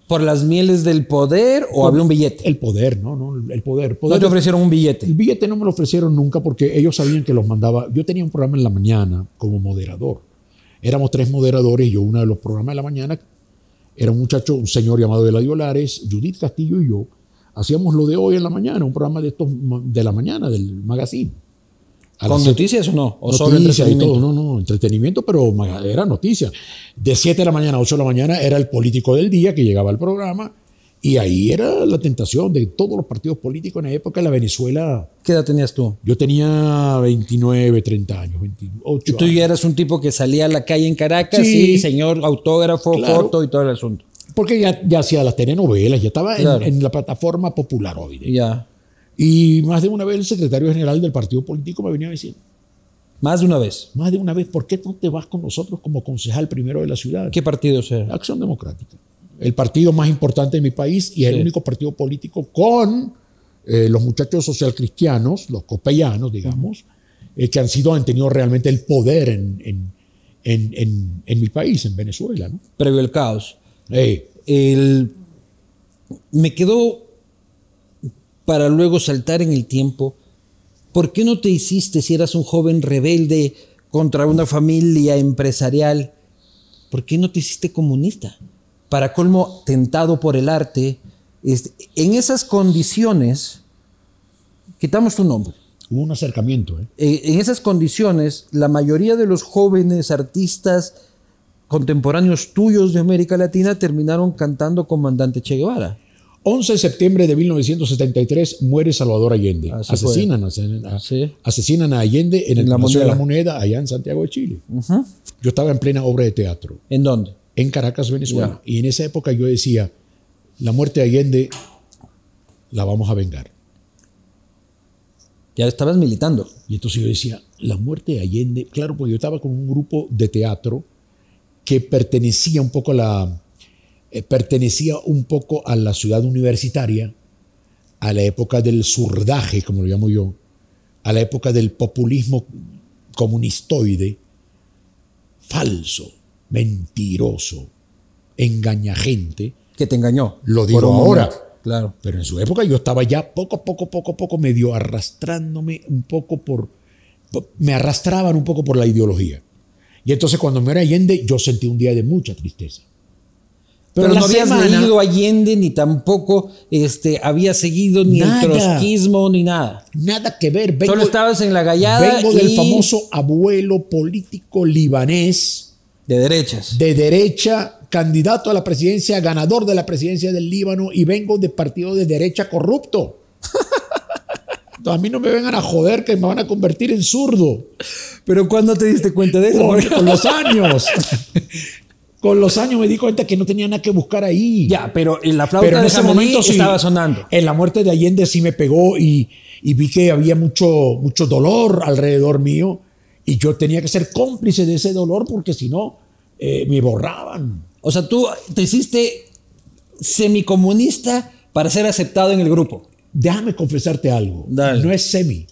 [SPEAKER 3] ¿Por las mieles del poder o había un billete?
[SPEAKER 5] El poder, no, no, el poder.
[SPEAKER 3] No
[SPEAKER 5] poder
[SPEAKER 3] te ofrecieron un billete.
[SPEAKER 5] El billete no me lo ofrecieron nunca porque ellos sabían que los mandaba. Yo tenía un programa en la mañana como moderador. Éramos tres moderadores y yo uno de los programas de la mañana era un muchacho, un señor llamado Eladio Lares, Judith Castillo y yo. Hacíamos lo de hoy en la mañana, un programa de estos ma- de la mañana, del magazine. A
[SPEAKER 3] ¿Con
[SPEAKER 5] las siete-
[SPEAKER 3] noticias o no? ¿O solo
[SPEAKER 5] noticias y todo.
[SPEAKER 3] entretenimiento?
[SPEAKER 5] No, no, entretenimiento, pero ma- era noticia. De 7 de la mañana a 8 de la mañana era el político del día que llegaba al programa y ahí era la tentación de todos los partidos políticos en la época de la Venezuela.
[SPEAKER 3] ¿Qué edad tenías tú?
[SPEAKER 5] Yo tenía 29, 30 años, 28
[SPEAKER 3] Tú
[SPEAKER 5] años.
[SPEAKER 3] ya eras un tipo que salía a la calle en Caracas
[SPEAKER 5] Sí.
[SPEAKER 3] y señor autógrafo,
[SPEAKER 5] Claro.
[SPEAKER 3] foto y todo el asunto.
[SPEAKER 5] Porque ya, ya hacía las telenovelas, ya estaba en-
[SPEAKER 3] Claro.
[SPEAKER 5] en, la plataforma popular hoy. ¿eh?
[SPEAKER 3] Ya.
[SPEAKER 5] Y más de una vez el secretario general del partido político me venía a decir,
[SPEAKER 3] Más de una vez.
[SPEAKER 5] más de una vez, ¿por qué no te vas con nosotros como concejal primero de la ciudad?
[SPEAKER 3] ¿Qué partido era?
[SPEAKER 5] Acción Democrática. El partido más importante de mi país y es
[SPEAKER 3] Sí.
[SPEAKER 5] el único partido político con eh, los muchachos socialcristianos, los copellanos, digamos, eh, que han sido, han tenido realmente el poder en, en- en- en- en mi país, en Venezuela. ¿no?
[SPEAKER 3] Previo al caos.
[SPEAKER 5] Eh,
[SPEAKER 3] El, me quedó para luego saltar en el tiempo. ¿Por qué no te hiciste si eras un joven rebelde contra una familia empresarial? ¿Por qué no te hiciste comunista? Para colmo, tentado por el arte. este, en esas condiciones, quitamos tu nombre.
[SPEAKER 5] hubo un acercamiento. ¿eh?
[SPEAKER 3] Eh, en esas condiciones, la mayoría de los jóvenes artistas contemporáneos tuyos de América Latina terminaron cantando Comandante Che Guevara.
[SPEAKER 5] 11 de septiembre de 1973 muere Salvador Allende.
[SPEAKER 3] Así fue.
[SPEAKER 5] Asesinan, asesinan a,
[SPEAKER 3] Sí.
[SPEAKER 5] asesinan a Allende en el
[SPEAKER 3] La
[SPEAKER 5] Palacio de la
[SPEAKER 3] Moneda.
[SPEAKER 5] Moneda, allá en Santiago de Chile. Yo estaba en plena obra de teatro.
[SPEAKER 3] ¿En dónde?
[SPEAKER 5] en Caracas, Venezuela. Y en esa época yo decía, la muerte de Allende la vamos a vengar.
[SPEAKER 3] Ya estabas militando.
[SPEAKER 5] Y entonces yo decía, la muerte de Allende, claro, porque yo estaba con un grupo de teatro que pertenecía un poco a la, eh, pertenecía un poco a la ciudad universitaria, a la época del surdaje, como lo llamo yo, a la época del populismo comunistoide, falso, mentiroso, engañagente,
[SPEAKER 3] Que te engañó.
[SPEAKER 5] Lo digo
[SPEAKER 3] Por un
[SPEAKER 5] ahora.
[SPEAKER 3] momento. Claro.
[SPEAKER 5] Pero en su época yo estaba ya poco a poco, poco a poco, medio arrastrándome un poco por... po- Me arrastraban un poco por la ideología. Y entonces cuando me era Allende, yo sentí un día de mucha tristeza.
[SPEAKER 3] Pero,
[SPEAKER 5] la
[SPEAKER 3] no habías
[SPEAKER 5] semana-
[SPEAKER 3] leído Allende ni tampoco este, habías seguido ni
[SPEAKER 5] Nada.
[SPEAKER 3] el trotskismo ni nada.
[SPEAKER 5] Nada que ver. Vengo,
[SPEAKER 3] Solo estabas en la gallada
[SPEAKER 5] vengo del
[SPEAKER 3] y-
[SPEAKER 5] famoso abuelo político libanés
[SPEAKER 3] de derechas.
[SPEAKER 5] de derecha, candidato a la presidencia, ganador de la presidencia del Líbano y vengo de partido de derecha corrupto. (laughs) A mí no me vengan a joder que me van a convertir en zurdo
[SPEAKER 3] Pero ¿cuándo te diste cuenta de eso?
[SPEAKER 5] con, con los años. Con los años me di cuenta que no tenía nada que buscar ahí.
[SPEAKER 3] ya, pero en la flauta
[SPEAKER 5] Pero en
[SPEAKER 3] de
[SPEAKER 5] ese
[SPEAKER 3] Jamaní
[SPEAKER 5] momento sí,
[SPEAKER 3] estaba sonando.
[SPEAKER 5] En la muerte de Allende sí me pegó y, y vi que había mucho, mucho dolor alrededor mío y yo tenía que ser cómplice de ese dolor porque si no eh, me borraban.
[SPEAKER 3] O sea, tú te hiciste semicomunista para ser aceptado en el grupo.
[SPEAKER 5] Déjame confesarte algo.
[SPEAKER 3] Dale.
[SPEAKER 5] No es semi.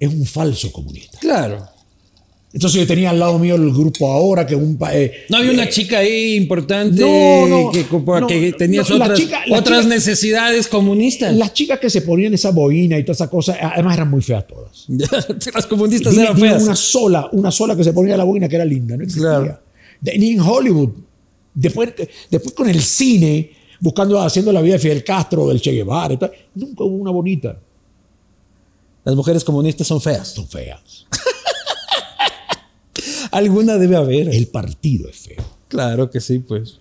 [SPEAKER 5] es un falso comunista.
[SPEAKER 3] Claro.
[SPEAKER 5] Entonces yo tenía al lado mío el grupo ahora, que un... pa- eh,
[SPEAKER 3] No había una chica ahí importante
[SPEAKER 5] no, no,
[SPEAKER 3] que, como-
[SPEAKER 5] no,
[SPEAKER 3] que
[SPEAKER 5] no,
[SPEAKER 3] tenías
[SPEAKER 5] no, la
[SPEAKER 3] otras,
[SPEAKER 5] chica- la
[SPEAKER 3] otras
[SPEAKER 5] chica-
[SPEAKER 3] necesidades comunistas. (laughs)
[SPEAKER 5] Las chicas que se ponían esa boina y toda esa cosa, a- además eran muy feas todas.
[SPEAKER 3] Las comunistas
[SPEAKER 5] Dime-
[SPEAKER 3] eran
[SPEAKER 5] dime
[SPEAKER 3] feas.
[SPEAKER 5] Una sola, una sola que se ponía la boina que era linda, no existía.
[SPEAKER 3] Claro.
[SPEAKER 5] De- ni en Hollywood. Después, después con el cine, buscando, haciendo la vida de Fidel Castro, del Che Guevara, y tal, nunca hubo una bonita.
[SPEAKER 3] Las mujeres comunistas son feas.
[SPEAKER 5] Son feas.
[SPEAKER 3] Alguna debe haber.
[SPEAKER 5] El partido es feo.
[SPEAKER 3] Claro que sí, pues.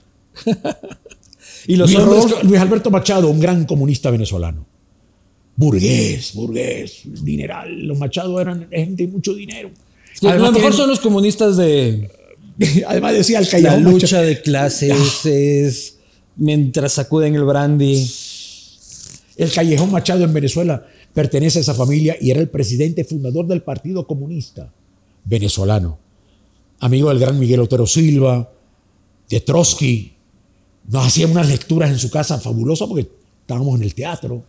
[SPEAKER 3] (laughs) y los
[SPEAKER 5] Luis,
[SPEAKER 3] hombres.
[SPEAKER 5] Rodolfo- Luis Alberto Machado, un gran comunista venezolano. Burgués, burgués, dineral. Los Machado eran gente de mucho dinero.
[SPEAKER 3] a lo mejor
[SPEAKER 5] tienen-
[SPEAKER 3] son los comunistas de
[SPEAKER 5] (laughs) además decía el
[SPEAKER 3] la
[SPEAKER 5] Callao
[SPEAKER 3] lucha
[SPEAKER 5] Machado.
[SPEAKER 3] de
[SPEAKER 5] Ah.
[SPEAKER 3] clases, es mientras sacuden el brandy.
[SPEAKER 5] El Callejón Machado en Venezuela pertenece a esa familia y era el presidente fundador del Partido Comunista venezolano. Amigo del gran Miguel Otero Silva, de Trotsky. Nos hacían unas lecturas en su casa fabulosas porque estábamos en el teatro.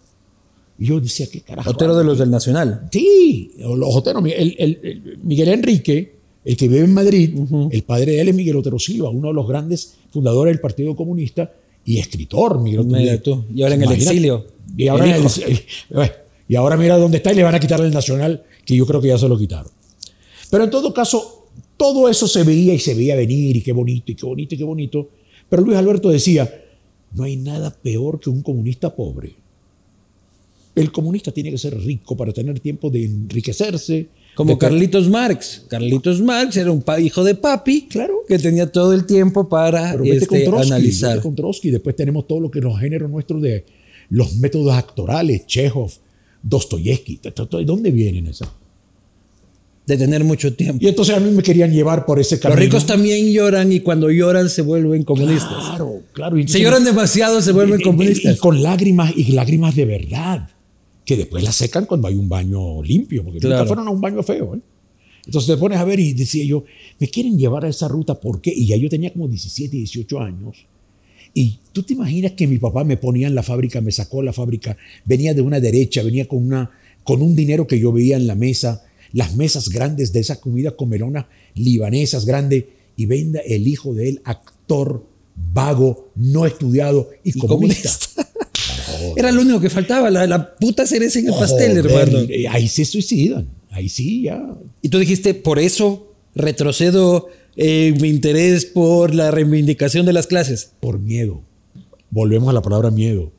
[SPEAKER 5] Y yo decía, ¿qué carajo?
[SPEAKER 3] Otero de los del Nacional.
[SPEAKER 5] Sí, los Otero. Mi- el- el- el- Miguel Enrique, el que vive en Madrid, el padre de él es Miguel Otero Silva, uno de los grandes fundadores del Partido Comunista y escritor, Miguel Otero
[SPEAKER 3] Mira tú, y ahora en el exilio.
[SPEAKER 5] Y ahora,
[SPEAKER 3] El
[SPEAKER 5] en el (laughs)
[SPEAKER 3] hijo.
[SPEAKER 5] exilio. y ahora mira dónde está y le van a quitar el Nacional, que yo creo que ya se lo quitaron. Pero en todo caso, todo eso se veía y se veía venir, y qué bonito, y qué bonito, y qué bonito. Pero Luis Alberto decía, no hay nada peor que un comunista pobre. El comunista tiene que ser rico para tener tiempo de enriquecerse.
[SPEAKER 3] Como
[SPEAKER 5] de per-
[SPEAKER 3] Carlitos Marx. Carlitos Marx era un pa- hijo de papi
[SPEAKER 5] Claro.
[SPEAKER 3] que tenía todo el tiempo para
[SPEAKER 5] Pero vete
[SPEAKER 3] este,
[SPEAKER 5] con Trotsky,
[SPEAKER 3] analizar.
[SPEAKER 5] vete con Trotsky. Después tenemos todo lo que los géneros nuestros de los métodos actorales, Chekhov, Dostoyevsky. t- t- ¿De dónde vienen esas?
[SPEAKER 3] De tener mucho tiempo.
[SPEAKER 5] Y entonces a mí me querían llevar por ese
[SPEAKER 3] Los
[SPEAKER 5] camino.
[SPEAKER 3] ricos también lloran y cuando lloran se vuelven comunistas.
[SPEAKER 5] Claro, claro. y
[SPEAKER 3] Si
[SPEAKER 5] entonces-
[SPEAKER 3] lloran demasiado se vuelven
[SPEAKER 5] Ah, (laughs) y- y- Y,
[SPEAKER 3] comunistas.
[SPEAKER 5] con lágrimas, y lágrimas de verdad, que después las secan cuando hay un baño limpio, porque
[SPEAKER 3] Claro.
[SPEAKER 5] nunca fueron a un baño feo. ¿eh? Entonces te pones a ver y decía yo, me quieren llevar a esa ruta, ¿por qué? Y ya yo tenía como 17, 18 años. Y tú te imaginas que mi papá me ponía en la fábrica, me sacó a la fábrica, venía de una derecha, venía con, una, con un dinero que yo veía en la mesa, las mesas grandes de esas comidas comelonas libanesas grandes, y venga el hijo de él, actor, vago, no estudiado y, comunista.
[SPEAKER 3] (laughs) Era lo único que faltaba, la, la puta cereza en el pastel,
[SPEAKER 5] Joder,
[SPEAKER 3] hermano.
[SPEAKER 5] eh, Ahí se suicidan, ahí sí ya.
[SPEAKER 3] Y tú dijiste, por eso retrocedo en mi interés por la reivindicación de las clases.
[SPEAKER 5] por miedo. Volvemos a la palabra miedo.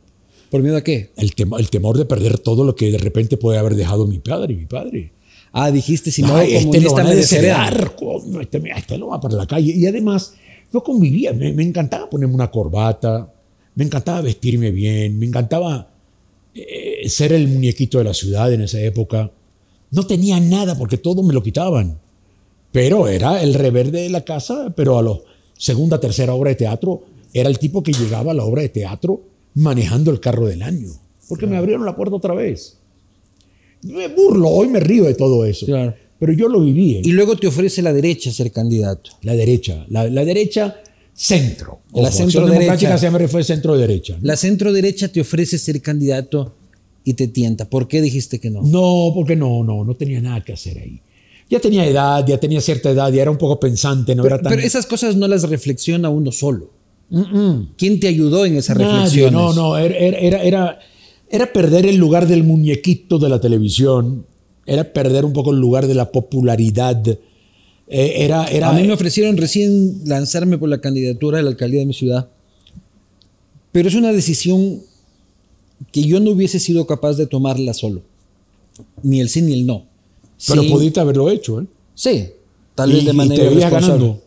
[SPEAKER 3] ¿Por miedo a qué?
[SPEAKER 5] El, tem- el temor de perder todo lo que de repente puede haber dejado mi padre y mi padre.
[SPEAKER 3] Ah, dijiste, si
[SPEAKER 5] Ay,
[SPEAKER 3] no,
[SPEAKER 5] este lo
[SPEAKER 3] comunista
[SPEAKER 5] van a
[SPEAKER 3] me desheredan.
[SPEAKER 5] desheredar, coño, este, me- este lo va para la calle. Y además, yo convivía, me, me encantaba ponerme una corbata, me encantaba vestirme bien, me encantaba eh, ser el muñequito de la ciudad en esa época. No tenía nada porque todo me lo quitaban. Pero era el reverde de la casa, pero a la segunda, tercera obra de teatro, era el tipo que llegaba a la obra de teatro manejando el carro del año. Porque me abrieron la puerta otra vez. Me burlo, hoy me río de todo eso.
[SPEAKER 3] Claro.
[SPEAKER 5] Pero yo lo viví. ¿eh?
[SPEAKER 3] Y luego te ofrece la derecha ser candidato.
[SPEAKER 5] La derecha, la, la derecha centro.
[SPEAKER 3] La
[SPEAKER 5] Ojo, Acción
[SPEAKER 3] centro-derecha.
[SPEAKER 5] Democrática siempre fue centro derecha.
[SPEAKER 3] La centro derecha te ofrece ser candidato y te tienta. ¿Por qué dijiste que no?
[SPEAKER 5] No, porque no, no, no tenía nada que hacer ahí. Ya tenía edad, ya tenía cierta edad, ya era un poco pensante, no
[SPEAKER 3] pero,
[SPEAKER 5] era tan...
[SPEAKER 3] pero esas cosas no las reflexiona uno solo. ¿Quién te ayudó en esa
[SPEAKER 5] Nadie,
[SPEAKER 3] reflexión?
[SPEAKER 5] no, no, era, era- era, era, era perder el lugar del muñequito de la televisión, era perder un poco el lugar de la popularidad, eh, era... era
[SPEAKER 3] A mí me ofrecieron recién lanzarme por la candidatura de la alcaldía de mi ciudad. Pero es una decisión que yo no hubiese sido capaz de tomarla solo. Ni el sí ni el no.
[SPEAKER 5] pero
[SPEAKER 3] Sí,
[SPEAKER 5] pudiste haberlo hecho, ¿eh?
[SPEAKER 3] Sí, tal
[SPEAKER 5] Y-
[SPEAKER 3] vez de
[SPEAKER 5] y
[SPEAKER 3] manera
[SPEAKER 5] te veías
[SPEAKER 3] irresponsable.
[SPEAKER 5] ganando.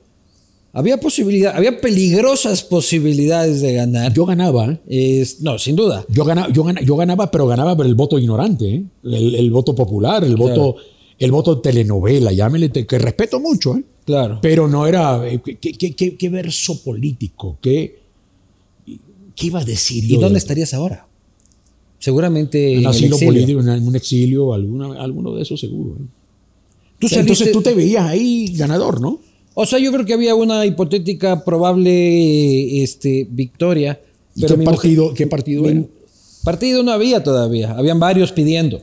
[SPEAKER 3] Había posibilidad, había peligrosas posibilidades de ganar.
[SPEAKER 5] Yo ganaba, ¿eh?
[SPEAKER 3] Es- no, sin duda.
[SPEAKER 5] Yo ganaba, yo, gana- yo ganaba, pero ganaba por el voto ignorante, ¿eh? el, el voto popular, el voto, el voto telenovela, llámele, te- que respeto mucho, ¿eh?
[SPEAKER 3] Claro.
[SPEAKER 5] pero no era. eh, ¿Qué, qué- qué- qué verso político? ¿Qué, qué iba a decir
[SPEAKER 3] ¿Y
[SPEAKER 5] yo Ah,
[SPEAKER 3] dónde
[SPEAKER 5] de-
[SPEAKER 3] estarías ahora? Seguramente en
[SPEAKER 5] Un
[SPEAKER 3] el
[SPEAKER 5] asilo
[SPEAKER 3] exilio.
[SPEAKER 5] político, en un exilio, alguna, alguno de esos seguro. ¿eh?
[SPEAKER 3] Tú
[SPEAKER 5] Entonces
[SPEAKER 3] saliste-
[SPEAKER 5] tú te veías ahí ganador, ¿no?
[SPEAKER 3] O sea, yo creo que había una hipotética probable este, victoria.
[SPEAKER 5] ¿Y
[SPEAKER 3] Pero
[SPEAKER 5] qué,
[SPEAKER 3] mi mujer-
[SPEAKER 5] partido, ¿Qué partido
[SPEAKER 3] mi-
[SPEAKER 5] era?
[SPEAKER 3] partido no había todavía. Habían varios pidiendo.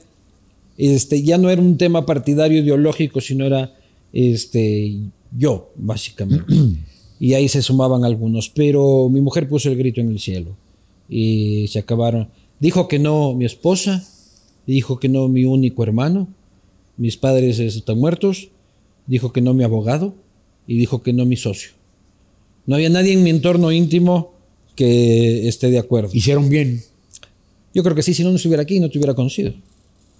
[SPEAKER 3] Este, ya no era un tema partidario ideológico, sino era este, yo, básicamente. y ahí se sumaban algunos, pero mi mujer puso el grito en el cielo y se acabaron. Dijo que no mi esposa, dijo que no mi único hermano, mis padres están muertos, dijo que no mi abogado y dijo que no mi socio. No había nadie en mi entorno íntimo que esté de acuerdo.
[SPEAKER 5] Hicieron bien.
[SPEAKER 3] Yo creo que sí, si no, no estuviera aquí y no te hubiera conocido.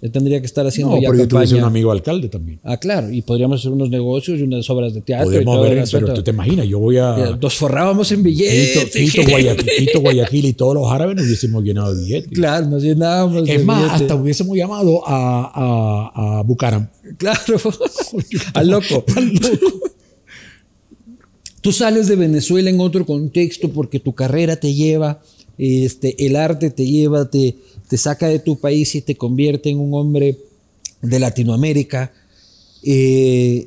[SPEAKER 3] Yo tendría que estar haciendo
[SPEAKER 5] No,
[SPEAKER 3] ya
[SPEAKER 5] pero yo tuviese un
[SPEAKER 3] campaña.
[SPEAKER 5] amigo alcalde también.
[SPEAKER 3] Ah, claro, y podríamos hacer unos negocios y unas obras de teatro. y
[SPEAKER 5] Podemos
[SPEAKER 3] todo
[SPEAKER 5] ver,
[SPEAKER 3] el
[SPEAKER 5] pero
[SPEAKER 3] asunto.
[SPEAKER 5] tú te imaginas, yo voy a
[SPEAKER 3] Nos forrábamos en billetes.
[SPEAKER 5] Quito,
[SPEAKER 3] (laughs)
[SPEAKER 5] Quito, Guayaquil, Quito, Guayaquil y todos los árabes nos hubiésemos llenado de billetes.
[SPEAKER 3] Claro, nos llenábamos. de
[SPEAKER 5] Es más,
[SPEAKER 3] billetes.
[SPEAKER 5] hasta hubiésemos llamado a, a, a Bucaram.
[SPEAKER 3] (laughs)
[SPEAKER 5] (laughs)
[SPEAKER 3] Claro. (laughs) Al loco. Tú sales de Venezuela en otro contexto porque tu carrera te lleva, este, el arte te lleva, te, te saca de tu país y te convierte en un hombre de Latinoamérica. Eh,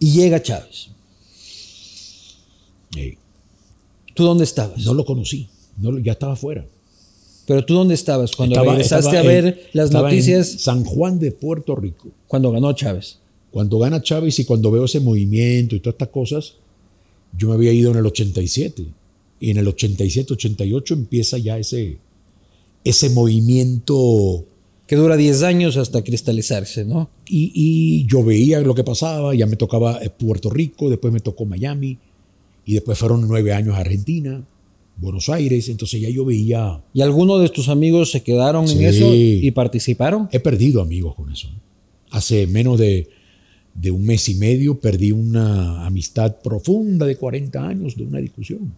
[SPEAKER 3] y llega Chávez.
[SPEAKER 5] Ey,
[SPEAKER 3] ¿Tú dónde estabas?
[SPEAKER 5] no lo conocí, no lo- ya estaba afuera.
[SPEAKER 3] Pero tú dónde estabas cuando
[SPEAKER 5] Estaba-
[SPEAKER 3] regresaste
[SPEAKER 5] estaba
[SPEAKER 3] a ver
[SPEAKER 5] en-
[SPEAKER 3] las
[SPEAKER 5] estaba en
[SPEAKER 3] noticias
[SPEAKER 5] San Juan de Puerto Rico.
[SPEAKER 3] cuando ganó Chávez.
[SPEAKER 5] Cuando gana Chávez y cuando veo ese movimiento y todas estas cosas, yo me había ido en el 87. Y en el 87, 88 empieza ya ese, ese movimiento
[SPEAKER 3] Que dura 10 años hasta cristalizarse, ¿no?
[SPEAKER 5] y, y yo veía lo que pasaba, ya me tocaba eh, Puerto Rico, después me tocó Miami, y después fueron nueve años a Argentina, Buenos Aires, entonces ya yo veía,
[SPEAKER 3] ¿Y alguno de tus amigos se quedaron en
[SPEAKER 5] Sí.
[SPEAKER 3] eso y participaron?
[SPEAKER 5] he perdido amigos con eso. Hace menos de, de un mes y medio perdí una amistad profunda de 40 años de una discusión.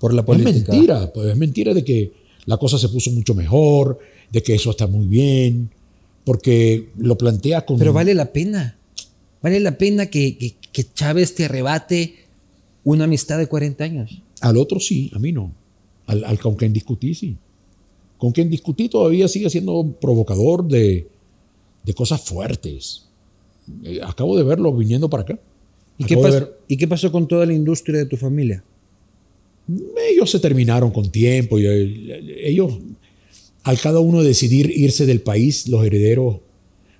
[SPEAKER 3] Por la
[SPEAKER 5] Es
[SPEAKER 3] política.
[SPEAKER 5] mentira, pues es mentira de que la cosa se puso mucho mejor, de que eso está muy bien, porque lo plantea con...
[SPEAKER 3] Pero vale la pena. Vale la pena que, que- que Chávez te arrebate una amistad de 40 años.
[SPEAKER 5] Al otro sí, a mí no. Al, al con quien discutí sí. Con quien discutí todavía sigue siendo provocador de, de cosas fuertes. Eh, acabo de verlo viniendo para acá.
[SPEAKER 3] ¿Y qué,
[SPEAKER 5] Acabo de
[SPEAKER 3] pas-
[SPEAKER 5] ver-
[SPEAKER 3] ¿Y qué pasó con toda la industria de tu familia?
[SPEAKER 5] Ellos se terminaron con tiempo. y, eh, ellos, al cada uno decidir irse del país, los herederos.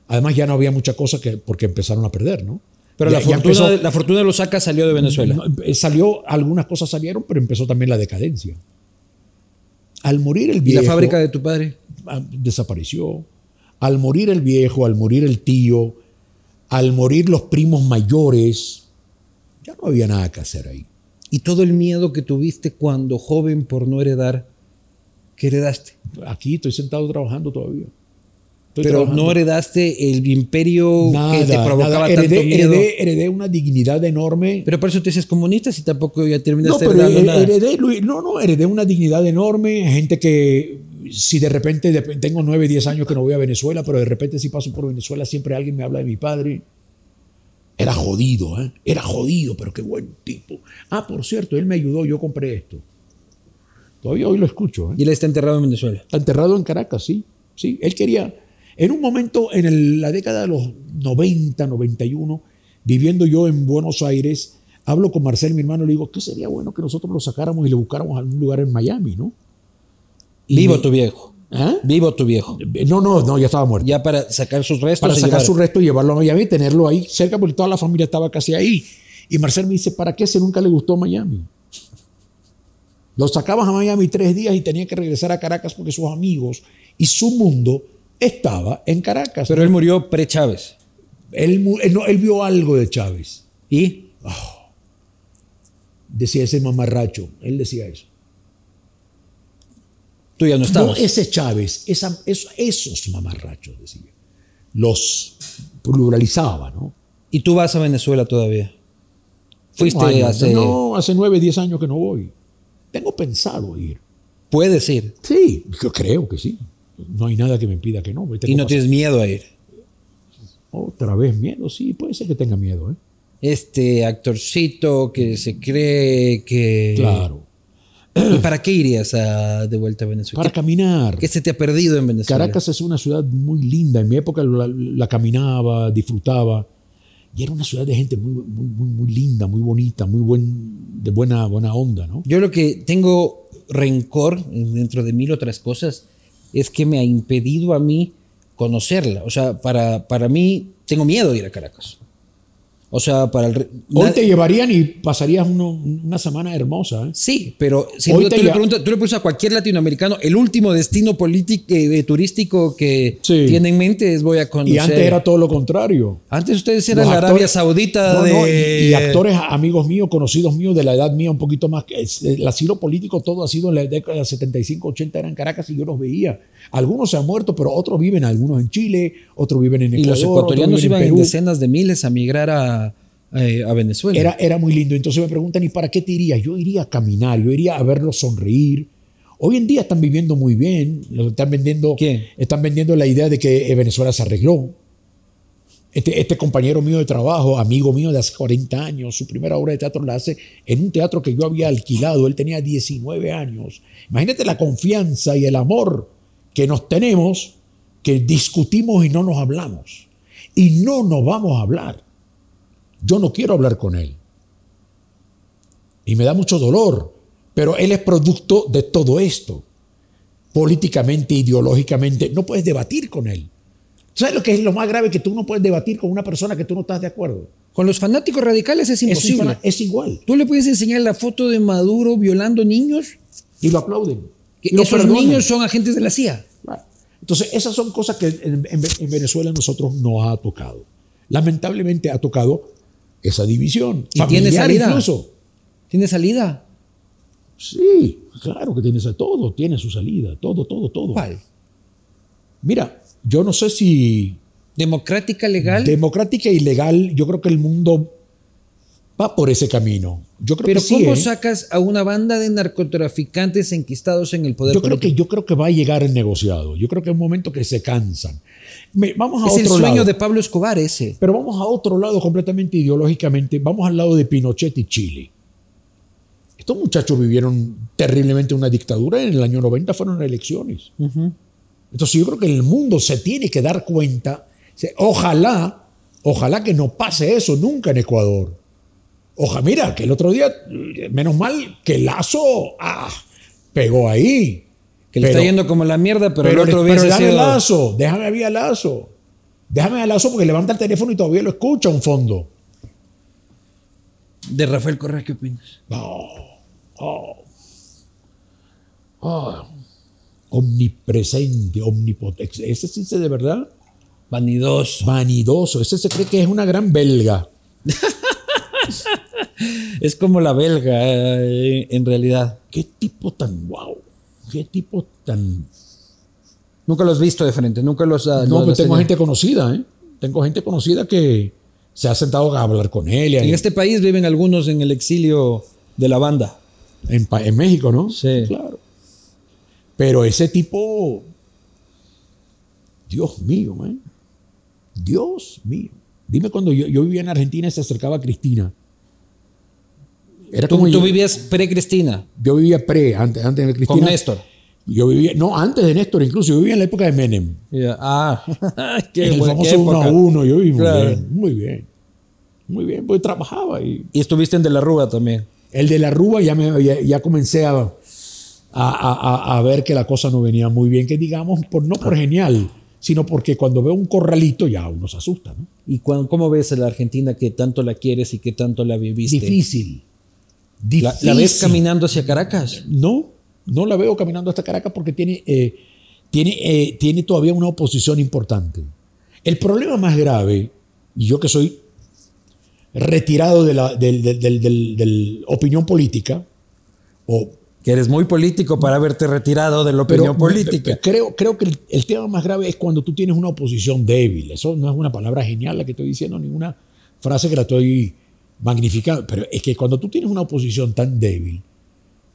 [SPEAKER 5] Además, ya no había mucha cosa que, porque empezaron a perder, ¿no?
[SPEAKER 3] Pero la,
[SPEAKER 5] Ya- ya
[SPEAKER 3] fortuna,
[SPEAKER 5] empezó-
[SPEAKER 3] de- la fortuna de los Saca salió de Venezuela.
[SPEAKER 5] No, eh, salió, algunas cosas salieron, pero empezó también la decadencia. Al morir el
[SPEAKER 3] ¿Y
[SPEAKER 5] viejo.
[SPEAKER 3] la fábrica de tu padre?
[SPEAKER 5] ah, desapareció. Al morir el viejo, al morir el tío, al morir los primos mayores, ya no había nada que hacer ahí.
[SPEAKER 3] Y todo el miedo que tuviste cuando joven por no heredar, que heredaste.
[SPEAKER 5] Aquí estoy sentado trabajando todavía. Estoy
[SPEAKER 3] Pero
[SPEAKER 5] trabajando.
[SPEAKER 3] no heredaste el imperio
[SPEAKER 5] Nada,
[SPEAKER 3] que te provocaba
[SPEAKER 5] nada. heredé,
[SPEAKER 3] tanto miedo.
[SPEAKER 5] heredé- heredé una dignidad enorme.
[SPEAKER 3] Pero por eso te dices comunista si tampoco ya
[SPEAKER 5] no,
[SPEAKER 3] terminaste
[SPEAKER 5] pero
[SPEAKER 3] heredando
[SPEAKER 5] he-
[SPEAKER 3] nada.
[SPEAKER 5] heredé, Luis, no, no, heredé una dignidad enorme. Gente que si de repente de- tengo 9, 10 años que no voy a Venezuela, pero de repente si paso por Venezuela siempre alguien me habla de mi padre. Era jodido, ¿eh? Era jodido, pero qué buen tipo. Ah, por cierto, él me ayudó, yo compré esto. Todavía hoy lo escucho, ¿eh?
[SPEAKER 3] Y él está enterrado en Venezuela.
[SPEAKER 5] Está enterrado en Caracas, sí. Sí, él quería. En un momento, en el- la década de los 90, 91, viviendo yo en Buenos Aires, hablo con Marcel, mi hermano, y le digo, ¿qué sería bueno que nosotros lo sacáramos y le buscáramos algún lugar en Miami, ¿no? Y-
[SPEAKER 3] Vivo tu viejo.
[SPEAKER 5] ¿Ah?
[SPEAKER 3] Vivo tu viejo.
[SPEAKER 5] No, no, no, ya estaba muerto.
[SPEAKER 3] Ya para sacar sus restos.
[SPEAKER 5] para
[SPEAKER 3] y
[SPEAKER 5] sacar
[SPEAKER 3] llevar.
[SPEAKER 5] su resto y llevarlo a Miami, tenerlo ahí cerca, porque toda la familia estaba casi ahí. Y Marcel me dice, ¿para qué si nunca le gustó Miami? Lo sacabas a Miami tres días y tenía que regresar a Caracas porque sus amigos y su mundo estaba en Caracas.
[SPEAKER 3] Pero él murió pre-Chávez.
[SPEAKER 5] él, mu- él no- él vio algo de Chávez. Ah.
[SPEAKER 3] ¿Y?
[SPEAKER 5] Decía ese mamarracho. Él decía eso.
[SPEAKER 3] Tú ya no
[SPEAKER 5] No,
[SPEAKER 3] estabas.
[SPEAKER 5] ese Chávez, esa- eso- esos mamarrachos, decía. Los pluralizaba, ¿no?
[SPEAKER 3] Y tú vas a Venezuela todavía. Fuiste
[SPEAKER 5] Tengo años.
[SPEAKER 3] hace...
[SPEAKER 5] No, hace nueve, diez años que no voy. Tengo pensado ir.
[SPEAKER 3] Puedes ir.
[SPEAKER 5] Sí, yo creo que sí. No hay nada que me impida que no. Tengo
[SPEAKER 3] Y no
[SPEAKER 5] pas-
[SPEAKER 3] tienes miedo a ir.
[SPEAKER 5] Otra vez miedo, sí, puede ser que tenga miedo. ¿eh?
[SPEAKER 3] Este actorcito que se cree que...
[SPEAKER 5] Claro.
[SPEAKER 3] ¿Y para qué irías a- de vuelta a Venezuela?
[SPEAKER 5] Para
[SPEAKER 3] ¿Qué,
[SPEAKER 5] caminar.
[SPEAKER 3] qué se te ha perdido en Venezuela?
[SPEAKER 5] Caracas es una ciudad muy linda. En mi época la, la caminaba, disfrutaba. Y era una ciudad de gente muy, muy, muy, muy linda, muy bonita, muy buen, de buena, buena onda, ¿no?
[SPEAKER 3] Yo lo que tengo rencor dentro de mil otras cosas es que me ha impedido a mí conocerla. O sea, para, para mí, tengo miedo de ir a Caracas. O sea, para el... re-
[SPEAKER 5] Hoy
[SPEAKER 3] Nad-
[SPEAKER 5] te llevarían y pasarías uno- una semana hermosa. ¿eh?
[SPEAKER 3] Sí, pero si
[SPEAKER 5] Hoy
[SPEAKER 3] tú,
[SPEAKER 5] te
[SPEAKER 3] tú le
[SPEAKER 5] ya-
[SPEAKER 3] preguntas, tú le preguntas a cualquier latinoamericano, el último destino político eh, turístico que
[SPEAKER 5] Sí.
[SPEAKER 3] tiene en mente es voy a conocer.
[SPEAKER 5] Y antes era todo lo contrario.
[SPEAKER 3] Antes ustedes
[SPEAKER 5] Los
[SPEAKER 3] eran la
[SPEAKER 5] actores-
[SPEAKER 3] Arabia Saudita
[SPEAKER 5] No,
[SPEAKER 3] de...
[SPEAKER 5] no, y, y actores amigos míos, conocidos míos, de la edad mía un poquito más. que es- El asilo político todo ha sido en la década de 75, 80 eran en Caracas y yo los veía. Algunos se han muerto, pero otros viven, algunos en Chile, otros viven en
[SPEAKER 3] Y
[SPEAKER 5] Ecuador.
[SPEAKER 3] los
[SPEAKER 5] otros
[SPEAKER 3] ecuatorianos
[SPEAKER 5] viven
[SPEAKER 3] iban
[SPEAKER 5] en
[SPEAKER 3] en
[SPEAKER 5] Perú.
[SPEAKER 3] decenas de miles a migrar a, eh, a Venezuela.
[SPEAKER 5] Era, era muy lindo. Entonces me preguntan, ¿y para qué te irías? Yo iría a caminar, yo iría a verlos sonreír. Hoy en día están viviendo muy bien, los están vendiendo,
[SPEAKER 3] ¿Quién?
[SPEAKER 5] están vendiendo la idea de que eh, Venezuela se arregló. Este, este compañero mío de trabajo, amigo mío de hace 40 años, su primera obra de teatro la hace en un teatro que yo había alquilado, él tenía 19 años. Imagínate la confianza y el amor que nos tenemos, que discutimos y no nos hablamos. Y no nos vamos a hablar. Yo no quiero hablar con él. Y me da mucho dolor. Pero él es producto de todo esto. Políticamente, ideológicamente, no puedes debatir con él. ¿Sabes lo que es lo más grave? Que tú no puedes debatir con una persona que tú no estás de acuerdo.
[SPEAKER 3] Con los fanáticos radicales es
[SPEAKER 5] Es,
[SPEAKER 3] imposible.
[SPEAKER 5] igual- es igual.
[SPEAKER 3] ¿Tú le puedes enseñar la foto de Maduro violando niños?
[SPEAKER 5] Y lo aplauden.
[SPEAKER 3] Que
[SPEAKER 5] Y lo
[SPEAKER 3] esos
[SPEAKER 5] perdonan.
[SPEAKER 3] niños son agentes de la CIA.
[SPEAKER 5] Claro. Entonces, esas son cosas que en, en- en Venezuela a nosotros nos ha tocado. Lamentablemente ha tocado esa división.
[SPEAKER 3] Y tiene
[SPEAKER 5] familiar
[SPEAKER 3] salida.
[SPEAKER 5] Incluso.
[SPEAKER 3] ¿Tiene salida?
[SPEAKER 5] Sí, claro que tienes a todo, tiene su salida, todo, todo, todo.
[SPEAKER 3] ¿Cuál?
[SPEAKER 5] Mira, yo no sé si
[SPEAKER 3] ¿Democrática, legal?
[SPEAKER 5] democrática y legal, yo creo que el mundo va por ese camino. Yo creo
[SPEAKER 3] Pero
[SPEAKER 5] que sí,
[SPEAKER 3] ¿cómo
[SPEAKER 5] ¿eh?
[SPEAKER 3] sacas a una banda de narcotraficantes enquistados en el poder
[SPEAKER 5] yo creo
[SPEAKER 3] político?
[SPEAKER 5] que yo creo que va a llegar el negociado. Yo creo que es un momento que se cansan. Me- vamos a
[SPEAKER 3] es el
[SPEAKER 5] otro
[SPEAKER 3] sueño
[SPEAKER 5] lado.
[SPEAKER 3] de Pablo Escobar ese.
[SPEAKER 5] Pero vamos a otro lado completamente ideológicamente. Vamos al lado de Pinochet y Chile. Estos muchachos vivieron terriblemente una dictadura. En el año 90 fueron elecciones. Entonces yo creo que el mundo se tiene que dar cuenta. Se- Ojalá, ojalá que no pase eso nunca en Ecuador. Ojalá, mira, que el otro día, menos mal que Lazo ah, pegó ahí.
[SPEAKER 3] Que le está
[SPEAKER 5] Pero-
[SPEAKER 3] yendo como la mierda, pero, el otro
[SPEAKER 5] pero
[SPEAKER 3] hubiese
[SPEAKER 5] dame
[SPEAKER 3] sido-
[SPEAKER 5] lazo, déjame a mí a lazo. Déjame a lazo porque levanta el teléfono y todavía lo escucha un fondo.
[SPEAKER 3] De Rafael Correa, ¿qué opinas?
[SPEAKER 5] Omnipresente, omnipotente. Ese sí se de verdad
[SPEAKER 3] Vanidoso.
[SPEAKER 5] vanidoso. Ese se cree que es una gran belga.
[SPEAKER 3] Es como la belga, eh, en realidad.
[SPEAKER 5] Qué tipo tan guau. Qué tipo tan.
[SPEAKER 3] Nunca los has visto de frente, nunca los ha-
[SPEAKER 5] No,
[SPEAKER 3] los
[SPEAKER 5] pero
[SPEAKER 3] has
[SPEAKER 5] tengo
[SPEAKER 3] tenido.
[SPEAKER 5] gente conocida, ¿eh? Tengo gente conocida que se ha sentado a hablar con él. y a-
[SPEAKER 3] En este país viven algunos en el exilio de la banda.
[SPEAKER 5] En, pa- en México, ¿no?
[SPEAKER 3] Sí.
[SPEAKER 5] Claro. Pero ese tipo. Dios mío, man. Dios mío. Dime cuando yo, yo vivía en Argentina y se acercaba Cristina. Era
[SPEAKER 3] Tú,
[SPEAKER 5] como
[SPEAKER 3] tú
[SPEAKER 5] yo,
[SPEAKER 3] vivías pre-Cristina,
[SPEAKER 5] yo vivía pre, antes, antes de
[SPEAKER 3] con
[SPEAKER 5] Cristina.
[SPEAKER 3] Néstor.
[SPEAKER 5] Yo vivía, no, antes de Néstor, incluso. Yo vivía en la época de Menem.
[SPEAKER 3] Ya, Ah, (laughs) qué
[SPEAKER 5] en el
[SPEAKER 3] buena- qué
[SPEAKER 5] famoso uno
[SPEAKER 3] época.
[SPEAKER 5] a uno. Yo viví muy
[SPEAKER 3] Claro.
[SPEAKER 5] bien. Muy bien. Muy bien, pues trabajaba y
[SPEAKER 3] Y estuviste en De la Rúa también.
[SPEAKER 5] El de la Rúa ya, me, ya, ya comencé a, a- a- a- a ver que la cosa no venía muy bien, que digamos, por, no por genial, sino porque cuando veo un corralito ya uno se asusta. ¿no?
[SPEAKER 3] ¿Y cuán- cómo ves a la Argentina que tanto la quieres y que tanto la viviste?
[SPEAKER 5] Difícil.
[SPEAKER 3] Este, ¿La, la ves
[SPEAKER 5] Difícil.
[SPEAKER 3] caminando hacia Caracas?
[SPEAKER 5] No, no la veo caminando hasta Caracas porque tiene, eh, tiene, eh, tiene todavía una oposición importante. El problema más grave, y yo que soy retirado de la del- del- del- del- del opinión política, o
[SPEAKER 3] Que eres muy político para haberte retirado de la
[SPEAKER 5] Pero
[SPEAKER 3] opinión política.
[SPEAKER 5] pe- pe- Creo, creo que el, el tema más grave es cuando tú tienes una oposición débil. Eso no es una palabra genial la que estoy diciendo, ni una frase que la estoy magnificando. Pero es que cuando tú tienes una oposición tan débil,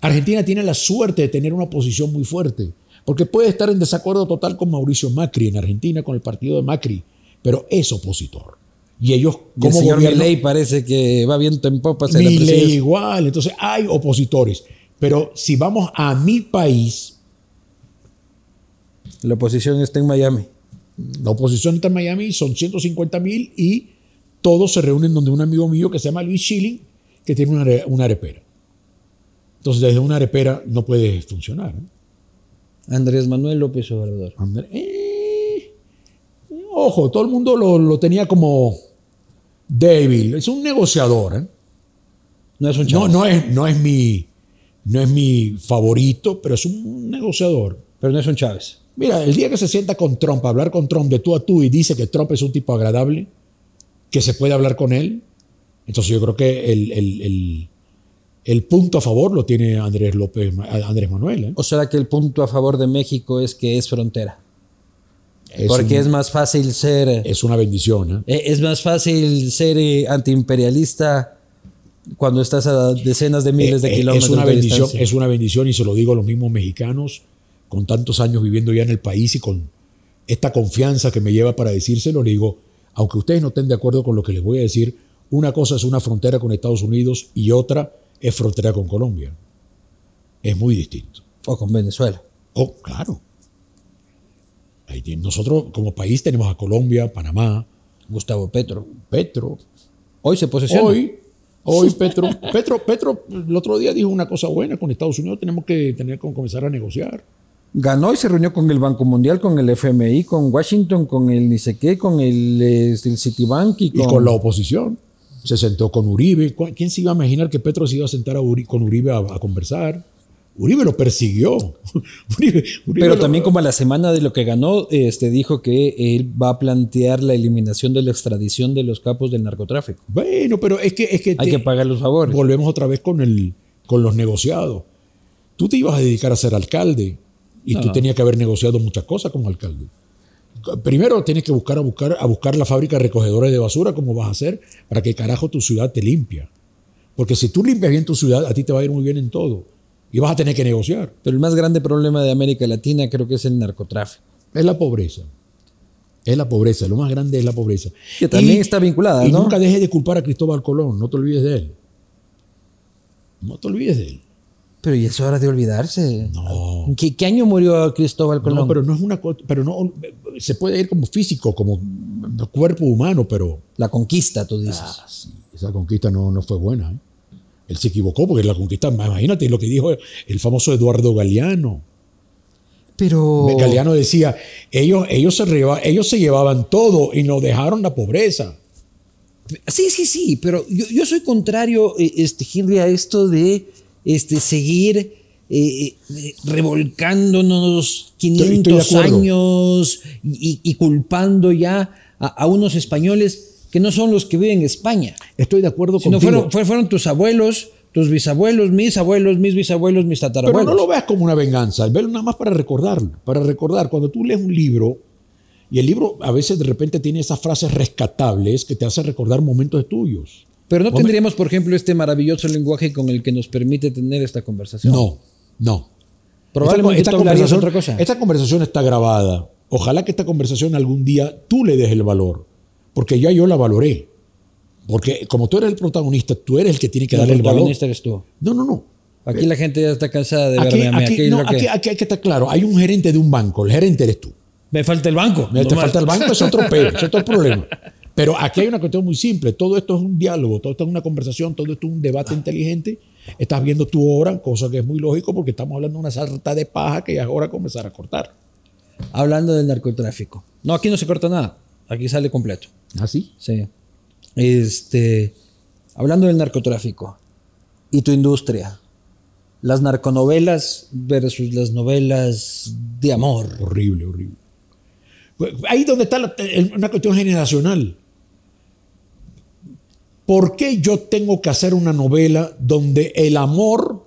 [SPEAKER 5] Argentina tiene la suerte de tener una oposición muy fuerte. Porque puede estar en desacuerdo total con Mauricio Macri en Argentina, con el partido de Macri, pero es opositor. Y ellos,
[SPEAKER 3] Y el
[SPEAKER 5] como
[SPEAKER 3] señor
[SPEAKER 5] gobierno,
[SPEAKER 3] Milei parece que va viento en popa hacia la
[SPEAKER 5] ni ley
[SPEAKER 3] presidencia.
[SPEAKER 5] igual. Entonces hay opositores. Pero si vamos a mi país,
[SPEAKER 3] La oposición está en Miami.
[SPEAKER 5] La oposición está en Miami, son 150 mil y todos se reúnen donde un amigo mío que se llama Luis Schilling, que tiene una, are- una arepera. Entonces, desde una arepera no puede funcionar. ¿eh?
[SPEAKER 3] Andrés Manuel López Obrador.
[SPEAKER 5] André- eh, Ojo, todo el mundo lo, lo tenía como débil. Es un negociador. ¿eh?
[SPEAKER 3] No es un chavo.
[SPEAKER 5] No, no, es, no, es mi, no es mi favorito, pero es un negociador.
[SPEAKER 3] Pero no es un Chávez.
[SPEAKER 5] Mira, el día que se sienta con Trump, a hablar con Trump de tú a tú y dice que Trump es un tipo agradable, que se puede hablar con él, entonces yo creo que el, el- el- el punto a favor lo tiene Andrés López, Andrés Manuel. ¿eh?
[SPEAKER 3] ¿O será que el punto a favor de México es que es frontera?
[SPEAKER 5] Es
[SPEAKER 3] Porque
[SPEAKER 5] un-
[SPEAKER 3] es más fácil ser. eh,
[SPEAKER 5] es una bendición. ¿eh?
[SPEAKER 3] Es más fácil ser eh, antiimperialista cuando estás a decenas de miles de
[SPEAKER 5] Eh, eh,
[SPEAKER 3] kilómetros.
[SPEAKER 5] Es una,
[SPEAKER 3] de
[SPEAKER 5] bendición,
[SPEAKER 3] distancia.
[SPEAKER 5] es una bendición y se lo digo a los mismos mexicanos con tantos años viviendo ya en el país y con esta confianza que me lleva para decírselo, le digo, aunque ustedes no estén de acuerdo con lo que les voy a decir, una cosa es una frontera con Estados Unidos y otra es frontera con Colombia. Es muy distinto.
[SPEAKER 3] O con Venezuela.
[SPEAKER 5] Oh, claro. Ahí tiene- Nosotros como país tenemos a Colombia, Panamá,
[SPEAKER 3] Gustavo Petro.
[SPEAKER 5] Petro,
[SPEAKER 3] Hoy se posesiona.
[SPEAKER 5] Hoy, hoy Petro, (laughs) Petro, Petro, el otro día dijo una cosa buena con Estados Unidos, tenemos que tener que comenzar a negociar.
[SPEAKER 3] Ganó y se reunió con el Banco Mundial, con el FMI, con Washington, con el ni sé qué, con el, eh, el Citibank y
[SPEAKER 5] Y
[SPEAKER 3] con,
[SPEAKER 5] con la oposición. Se sentó con Uribe. ¿Cu- ¿Quién se iba a imaginar que Petro se iba a sentar a Uri- con Uribe a, a conversar? Uribe lo persiguió. (laughs) Uribe- Uribe
[SPEAKER 3] Pero
[SPEAKER 5] lo-
[SPEAKER 3] también como a la semana de lo que ganó, este dijo que él va a plantear la eliminación de la extradición de los capos del narcotráfico.
[SPEAKER 5] Bueno, pero es que... Es que
[SPEAKER 3] Hay
[SPEAKER 5] te-
[SPEAKER 3] que pagar los favores.
[SPEAKER 5] Volvemos otra vez con, el, con los negociados. Tú te ibas a dedicar a ser alcalde y tú tenías que haber negociado muchas cosas como alcalde. Primero tienes que buscar a buscar a buscar la fábrica recogedora de basura, como vas a hacer, para que carajo tu ciudad te limpia. Porque si tú limpias bien tu ciudad, a ti te va a ir muy bien en todo. Y vas a tener que negociar.
[SPEAKER 3] Pero el más grande problema de América Latina creo que es el narcotráfico,
[SPEAKER 5] Es la pobreza. Es la pobreza. Lo más grande es la pobreza.
[SPEAKER 3] que también está vinculada,
[SPEAKER 5] Y
[SPEAKER 3] ¿no?
[SPEAKER 5] nunca dejes de culpar a Cristóbal Colón. No te olvides de él. No te olvides de él.
[SPEAKER 3] Pero y es hora de olvidarse.
[SPEAKER 5] No.
[SPEAKER 3] ¿Qué, qué año murió Cristóbal Colón?
[SPEAKER 5] No, pero no es una cosa, pero no se puede ir como físico, como cuerpo humano, pero
[SPEAKER 3] La conquista, tú dices.
[SPEAKER 5] sí, esa conquista no, no fue buena. ¿eh? Él se equivocó porque la conquista, imagínate lo que dijo el famoso Eduardo Galeano.
[SPEAKER 3] pero
[SPEAKER 5] Galeano decía, ellos, ellos, se reba- ellos se llevaban todo y nos dejaron la pobreza.
[SPEAKER 3] Sí, sí, sí, pero yo, yo soy contrario, eh, este, Henry, a esto de este, seguir eh, eh, eh, revolcándonos
[SPEAKER 5] de
[SPEAKER 3] 500
[SPEAKER 5] acuerdo.
[SPEAKER 3] años y, y- y culpando ya a, a unos españoles que no son los que viven en España,
[SPEAKER 5] Estoy de acuerdo
[SPEAKER 3] sino
[SPEAKER 5] contigo.
[SPEAKER 3] fueron, fue- fueron tus abuelos, tus bisabuelos, mis abuelos, mis bisabuelos, mis
[SPEAKER 5] Pero
[SPEAKER 3] tatarabuelos.
[SPEAKER 5] no lo veas como una venganza, velo nada más para recordarlo, para recordar. Cuando tú lees un libro, y el libro a veces de repente tiene esas frases rescatables que te hacen recordar momentos tuyos.
[SPEAKER 3] Pero no
[SPEAKER 5] Hombre.
[SPEAKER 3] tendríamos, por ejemplo, este maravilloso lenguaje con el que nos permite tener esta conversación.
[SPEAKER 5] No, no.
[SPEAKER 3] Probablemente tú hablarías otra cosa.
[SPEAKER 5] esta conversación está grabada. Ojalá que esta conversación algún día tú le des el valor, porque ya yo la valoré. Porque como tú eres el protagonista, tú eres el que tiene que
[SPEAKER 3] El
[SPEAKER 5] darle el valor.
[SPEAKER 3] protagonista eres tú.
[SPEAKER 5] No, no, no.
[SPEAKER 3] Aquí la gente ya está cansada de
[SPEAKER 5] Aquí,
[SPEAKER 3] verme a mí.
[SPEAKER 5] aquí-
[SPEAKER 3] Aquí es
[SPEAKER 5] no,
[SPEAKER 3] lo que-
[SPEAKER 5] aquí- aquí hay que estar claro. Hay un gerente de un banco. El gerente eres tú.
[SPEAKER 3] Me falta el banco.
[SPEAKER 5] Me- Pues, te
[SPEAKER 3] nomás.
[SPEAKER 5] falta el banco, es otro peo, es otro problema. Pero aquí hay una cuestión muy simple. Todo esto es un diálogo, todo esto es una conversación, todo esto es un debate inteligente. Estás viendo tu obra, cosa que es muy lógico porque estamos hablando de una sarta de paja que ya es hora de comenzar a cortar.
[SPEAKER 3] Hablando del narcotráfico. No, aquí no se corta nada. Aquí sale completo.
[SPEAKER 5] ¿Así?
[SPEAKER 3] Sí. Este, hablando del narcotráfico y tu industria. Las narconovelas versus las novelas de amor.
[SPEAKER 5] Horrible, horrible. Pues, Ahí donde está la- el- una cuestión generacional. ¿Por qué yo tengo que hacer una novela donde el amor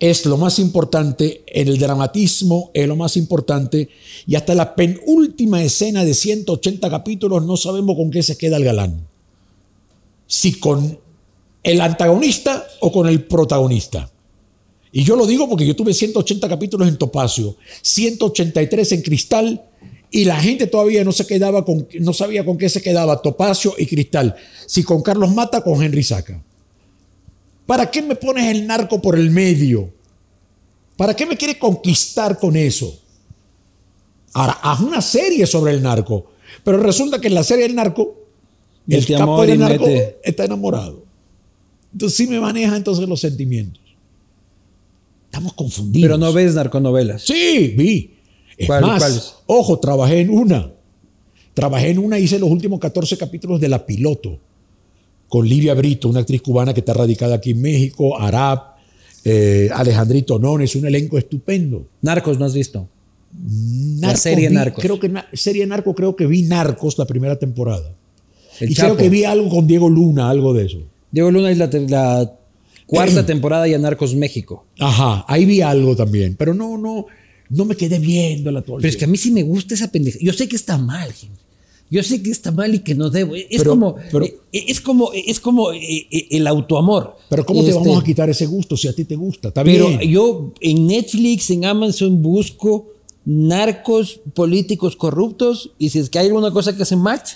[SPEAKER 5] es lo más importante, el dramatismo es lo más importante y hasta la penúltima escena de 180 capítulos no sabemos con qué se queda el galán? Si con el antagonista o con el protagonista. Y yo lo digo porque yo tuve 180 capítulos en Topacio, 183 en Cristal, y la gente todavía no se quedaba con, no sabía con qué se quedaba Topacio y Cristal. Si con Carlos Mata, con Henry Saca. ¿Para qué me pones el narco por el medio? ¿Para qué me quieres conquistar con eso? Ahora, haz una serie sobre el narco. Pero resulta que en la serie del narco, el
[SPEAKER 3] Mete
[SPEAKER 5] capo
[SPEAKER 3] amor y
[SPEAKER 5] del narco
[SPEAKER 3] mete-
[SPEAKER 5] está enamorado. Entonces sí me maneja entonces los sentimientos. Estamos confundidos.
[SPEAKER 3] Pero no ves narconovelas.
[SPEAKER 5] Sí, vi. Es
[SPEAKER 3] ¿Cuál-
[SPEAKER 5] más,
[SPEAKER 3] cuáles?
[SPEAKER 5] ojo, trabajé en una Trabajé en una, hice los últimos 14 capítulos de La Piloto, con Livia Brito, una actriz cubana que está radicada aquí en México, Arab, eh, Alejandrito Nones, un elenco estupendo.
[SPEAKER 3] Narcos no has visto.
[SPEAKER 5] Narcos
[SPEAKER 3] serie
[SPEAKER 5] vi-
[SPEAKER 3] Narcos.
[SPEAKER 5] Creo que na- serie Narcos, creo que vi Narcos la primera temporada.
[SPEAKER 3] El
[SPEAKER 5] y
[SPEAKER 3] Chapo.
[SPEAKER 5] creo que vi algo con Diego Luna, algo de eso.
[SPEAKER 3] Diego Luna es la, te- la
[SPEAKER 5] (clears throat)
[SPEAKER 3] cuarta temporada y a Narcos México.
[SPEAKER 5] Ajá, ahí vi algo también, pero no, no, no me quedé viéndola todo el
[SPEAKER 3] Pero es que a mí sí me gusta esa pendeja. Yo sé que está mal, Henry. Yo sé que está mal y que no debo. Es
[SPEAKER 5] Pero-
[SPEAKER 3] como,
[SPEAKER 5] pero-
[SPEAKER 3] eh, es como, es como eh, eh, el autoamor.
[SPEAKER 5] Pero ¿cómo te
[SPEAKER 3] Este,
[SPEAKER 5] vamos a quitar ese gusto si a ti te gusta? Está
[SPEAKER 3] Pero
[SPEAKER 5] bien.
[SPEAKER 3] yo en Netflix, en Amazon busco narcos políticos corruptos y si es que hay alguna cosa que hace match,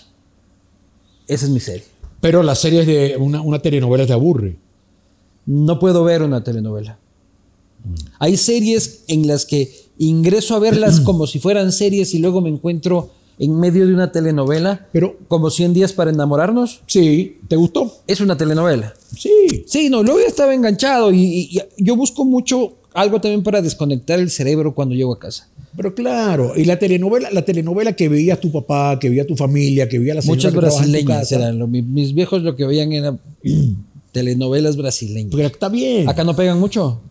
[SPEAKER 3] esa es mi serie.
[SPEAKER 5] pero las series de una, una telenovela te aburre.
[SPEAKER 3] No puedo ver una telenovela.
[SPEAKER 5] Mm.
[SPEAKER 3] Hay series en las que ingreso a
[SPEAKER 5] (clears throat)
[SPEAKER 3] verlas como si fueran series y luego me encuentro en medio de una telenovela,
[SPEAKER 5] Pero-
[SPEAKER 3] como 100 días para enamorarnos,
[SPEAKER 5] Sí, ¿te gustó?
[SPEAKER 3] es una telenovela.
[SPEAKER 5] Sí.
[SPEAKER 3] Sí, no, luego ya estaba enganchado y, y- y yo busco mucho algo también para desconectar el cerebro cuando llego a casa.
[SPEAKER 5] Pero claro, y la telenovela, la telenovela que veías tu papá, que veía tu familia, que veía la señora
[SPEAKER 3] Muchas
[SPEAKER 5] que trabajaba en tu
[SPEAKER 3] brasileñas
[SPEAKER 5] casa.
[SPEAKER 3] eran. lo- mi- mis viejos lo que veían
[SPEAKER 5] (clears throat)
[SPEAKER 3] eran telenovelas brasileñas.
[SPEAKER 5] Pero está bien.
[SPEAKER 3] Acá no pegan mucho.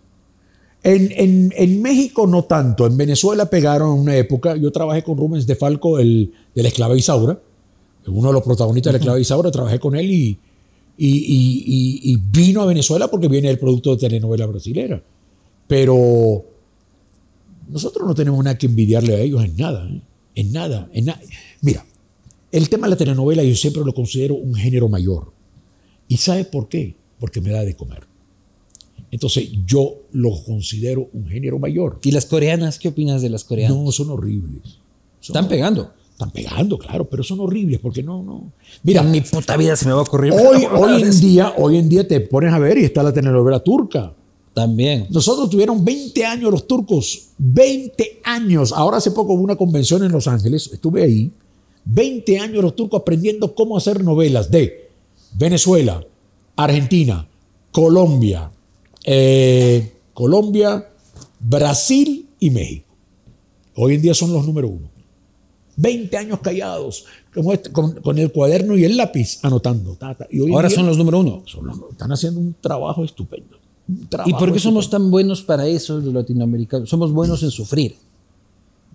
[SPEAKER 5] En, en- en México no tanto. En Venezuela pegaron una época. Yo trabajé con Rubens de Falco, el de la esclava Isaura. Uno de los protagonistas de la esclava Isaura. Trabajé con él y, y- y- y- y vino a Venezuela porque viene del producto de telenovela brasilera. Pero nosotros no tenemos nada que envidiarle a ellos en nada. ¿eh? En nada. En na- Mira, el tema de la telenovela yo siempre lo considero un género mayor. ¿Y sabes por qué? Porque me da de comer. Entonces yo lo considero un género mayor.
[SPEAKER 3] ¿Y las coreanas? ¿Qué opinas de las coreanas?
[SPEAKER 5] No, son horribles. Son-
[SPEAKER 3] Están pegando.
[SPEAKER 5] Están pegando, claro, pero son horribles porque no, no. Mira,
[SPEAKER 3] En mi puta vida se me va a ocurrir. (laughs)
[SPEAKER 5] hoy, hoy en día, hoy en día te pones a ver y está la telenovela turca.
[SPEAKER 3] También.
[SPEAKER 5] Nosotros tuvieron 20 años los turcos, 20 años. Ahora hace poco hubo una convención en Los Ángeles, estuve ahí. 20 años los turcos aprendiendo cómo hacer novelas de Venezuela, Argentina, Colombia, eh, Colombia, Brasil y México. Hoy en día son los número uno. 20 años callados, como este- con, con el cuaderno y el lápiz anotando. ta, ta. Y hoy en
[SPEAKER 3] Ahora
[SPEAKER 5] día
[SPEAKER 3] son los número uno.
[SPEAKER 5] son los- están haciendo un trabajo estupendo. un
[SPEAKER 3] ¿Y
[SPEAKER 5] trabajo
[SPEAKER 3] por qué somos tan buenos para eso los latinoamericanos? Somos buenos en sufrir.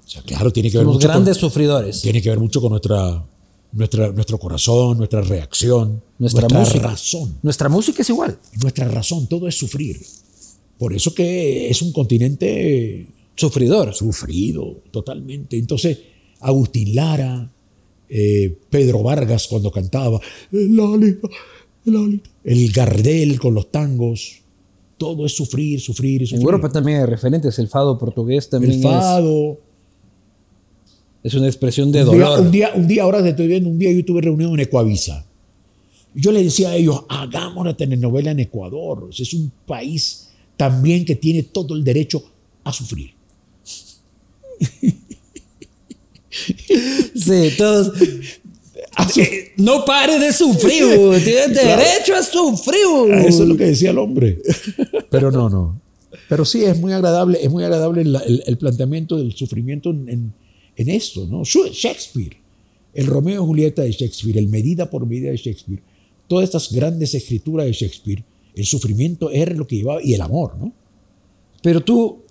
[SPEAKER 5] O sea, claro, tiene que ver
[SPEAKER 3] Somos
[SPEAKER 5] mucho
[SPEAKER 3] grandes
[SPEAKER 5] con,
[SPEAKER 3] sufridores.
[SPEAKER 5] tiene que ver mucho con nuestra, nuestra, nuestro corazón, nuestra reacción,
[SPEAKER 3] Nuestra, música.
[SPEAKER 5] razón.
[SPEAKER 3] Nuestra música es igual.
[SPEAKER 5] Nuestra razón, todo es sufrir. Por eso que es un continente
[SPEAKER 3] Sufridor.
[SPEAKER 5] sufrido totalmente. Entonces, Agustín Lara, eh, Pedro Vargas cuando cantaba, "Eh, Lalita, Lalita, el Gardel con los tangos, todo es sufrir, sufrir, y
[SPEAKER 3] En
[SPEAKER 5] sufrir.
[SPEAKER 3] Europa también hay referentes. El fado portugués también
[SPEAKER 5] el
[SPEAKER 3] es-
[SPEAKER 5] fado.
[SPEAKER 3] es, una expresión de
[SPEAKER 5] Un día-
[SPEAKER 3] dolor.
[SPEAKER 5] Un día, un día, ahora te estoy viendo, un día yo tuve reunión en Ecuavisa. Yo le decía a ellos, hagamos una telenovela en Ecuador. Ese Es un país también que tiene todo el derecho a sufrir.
[SPEAKER 3] Sí, todos. Eh, No pare de (laughs) sufrir, tienes derecho a sufrir.
[SPEAKER 5] Eso es lo que decía
[SPEAKER 3] (laughs)
[SPEAKER 5] el hombre. Pero no, no. Pero sí, es muy agradable, es muy agradable la- el, el planteamiento del sufrimiento en, en- en esto, ¿no? Shu- Shakespeare, el Romeo y Julieta de Shakespeare, el Medida por Medida de Shakespeare, todas estas grandes escrituras de Shakespeare, el sufrimiento era lo que llevaba, y el amor, ¿no?
[SPEAKER 3] Pero tú,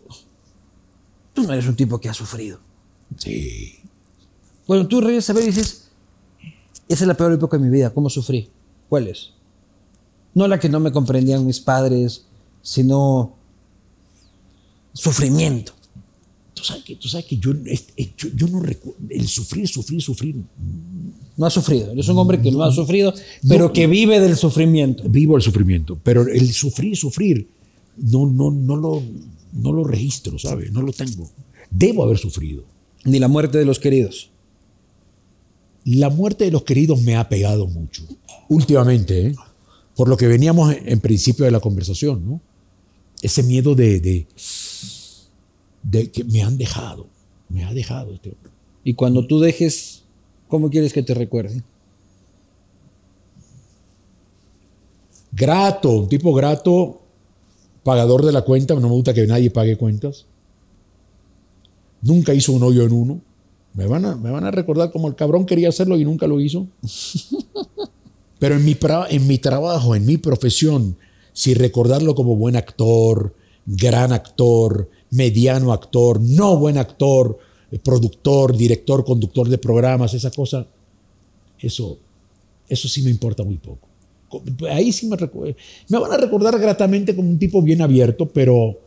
[SPEAKER 3] tú no eres un tipo que ha sufrido.
[SPEAKER 5] Sí.
[SPEAKER 3] Cuando tú regresas a ver y dices, esa es la peor época de mi vida, ¿cómo sufrí? ¿Cuál es? No la que no me comprendían mis padres, sino sufrimiento.
[SPEAKER 5] Tú sabes que, tú sabes que yo, es- es- yo, yo no recuerdo, el sufrir, sufrir, sufrir,
[SPEAKER 3] No ha sufrido. Eres un hombre que no ha sufrido, pero que vive del sufrimiento.
[SPEAKER 5] vivo el sufrimiento, pero el sufrir, sufrir, no, no, no, lo, no lo registro, ¿sabes? No lo tengo. Debo haber sufrido.
[SPEAKER 3] Ni la muerte de los queridos.
[SPEAKER 5] La muerte de los queridos me ha pegado mucho, últimamente, ¿eh? por lo que veníamos en, en principio de la conversación, ¿no? Ese miedo de, de, de que me han dejado, me ha dejado este hombre.
[SPEAKER 3] Y cuando tú dejes, ¿cómo quieres que te recuerden?
[SPEAKER 5] grato, un tipo grato, pagador de la cuenta, no me gusta que nadie pague cuentas. Nunca hizo un hoyo en uno. Me van, a, me van a recordar como el cabrón quería hacerlo y nunca lo hizo. (laughs) Pero en mi, pra- en mi trabajo, en mi profesión, si recordarlo como buen actor, gran actor, mediano actor, no buen actor, eh, productor, director, conductor de programas, esa cosa, eso, eso sí me importa muy poco. Co- Ahí sí me recu- Me van a recordar gratamente como un tipo bien abierto, pero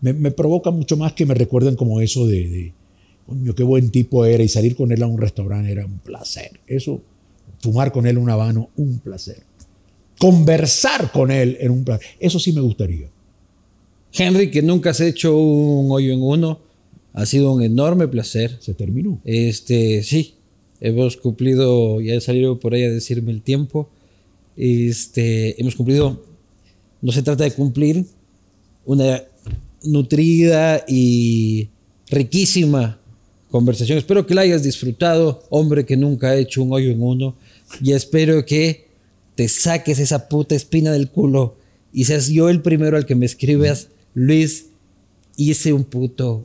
[SPEAKER 5] me, me provoca mucho más que me recuerden como eso de, de, coño, qué buen tipo era y salir con él a un restaurante era un placer. Eso, fumar con él un habano, un placer. Conversar con él era un placer. Eso sí me gustaría.
[SPEAKER 3] Henry, que nunca has hecho un hoyo en uno, ha sido un enorme placer.
[SPEAKER 5] Se terminó.
[SPEAKER 3] Este, sí, hemos cumplido, ya he salido por ahí a decirme el tiempo. Este, hemos cumplido, no se trata de cumplir una nutrida y riquísima conversación. Espero que la hayas disfrutado, hombre que nunca ha hecho un hoyo en uno. Y espero que te saques esa puta espina del culo y seas yo el primero al que me escribas, Luis, hice un puto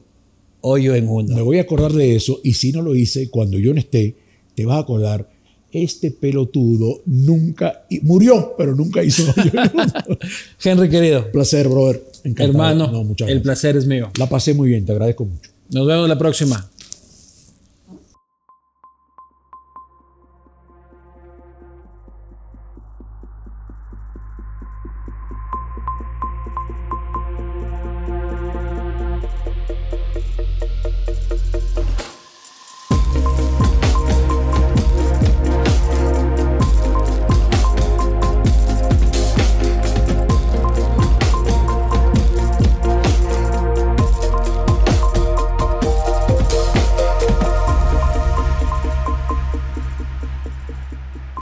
[SPEAKER 3] hoyo en uno.
[SPEAKER 5] Me voy a acordar de eso y si no lo hice, cuando yo no esté, te vas a acordar. Este pelotudo nunca y- murió, pero nunca hizo. un
[SPEAKER 3] Henry, querido.
[SPEAKER 5] placer, brother. Encantado.
[SPEAKER 3] Hermano,
[SPEAKER 5] No, muchas
[SPEAKER 3] el
[SPEAKER 5] gracias.
[SPEAKER 3] placer es mío.
[SPEAKER 5] La pasé muy bien, te agradezco mucho.
[SPEAKER 3] Nos vemos la próxima.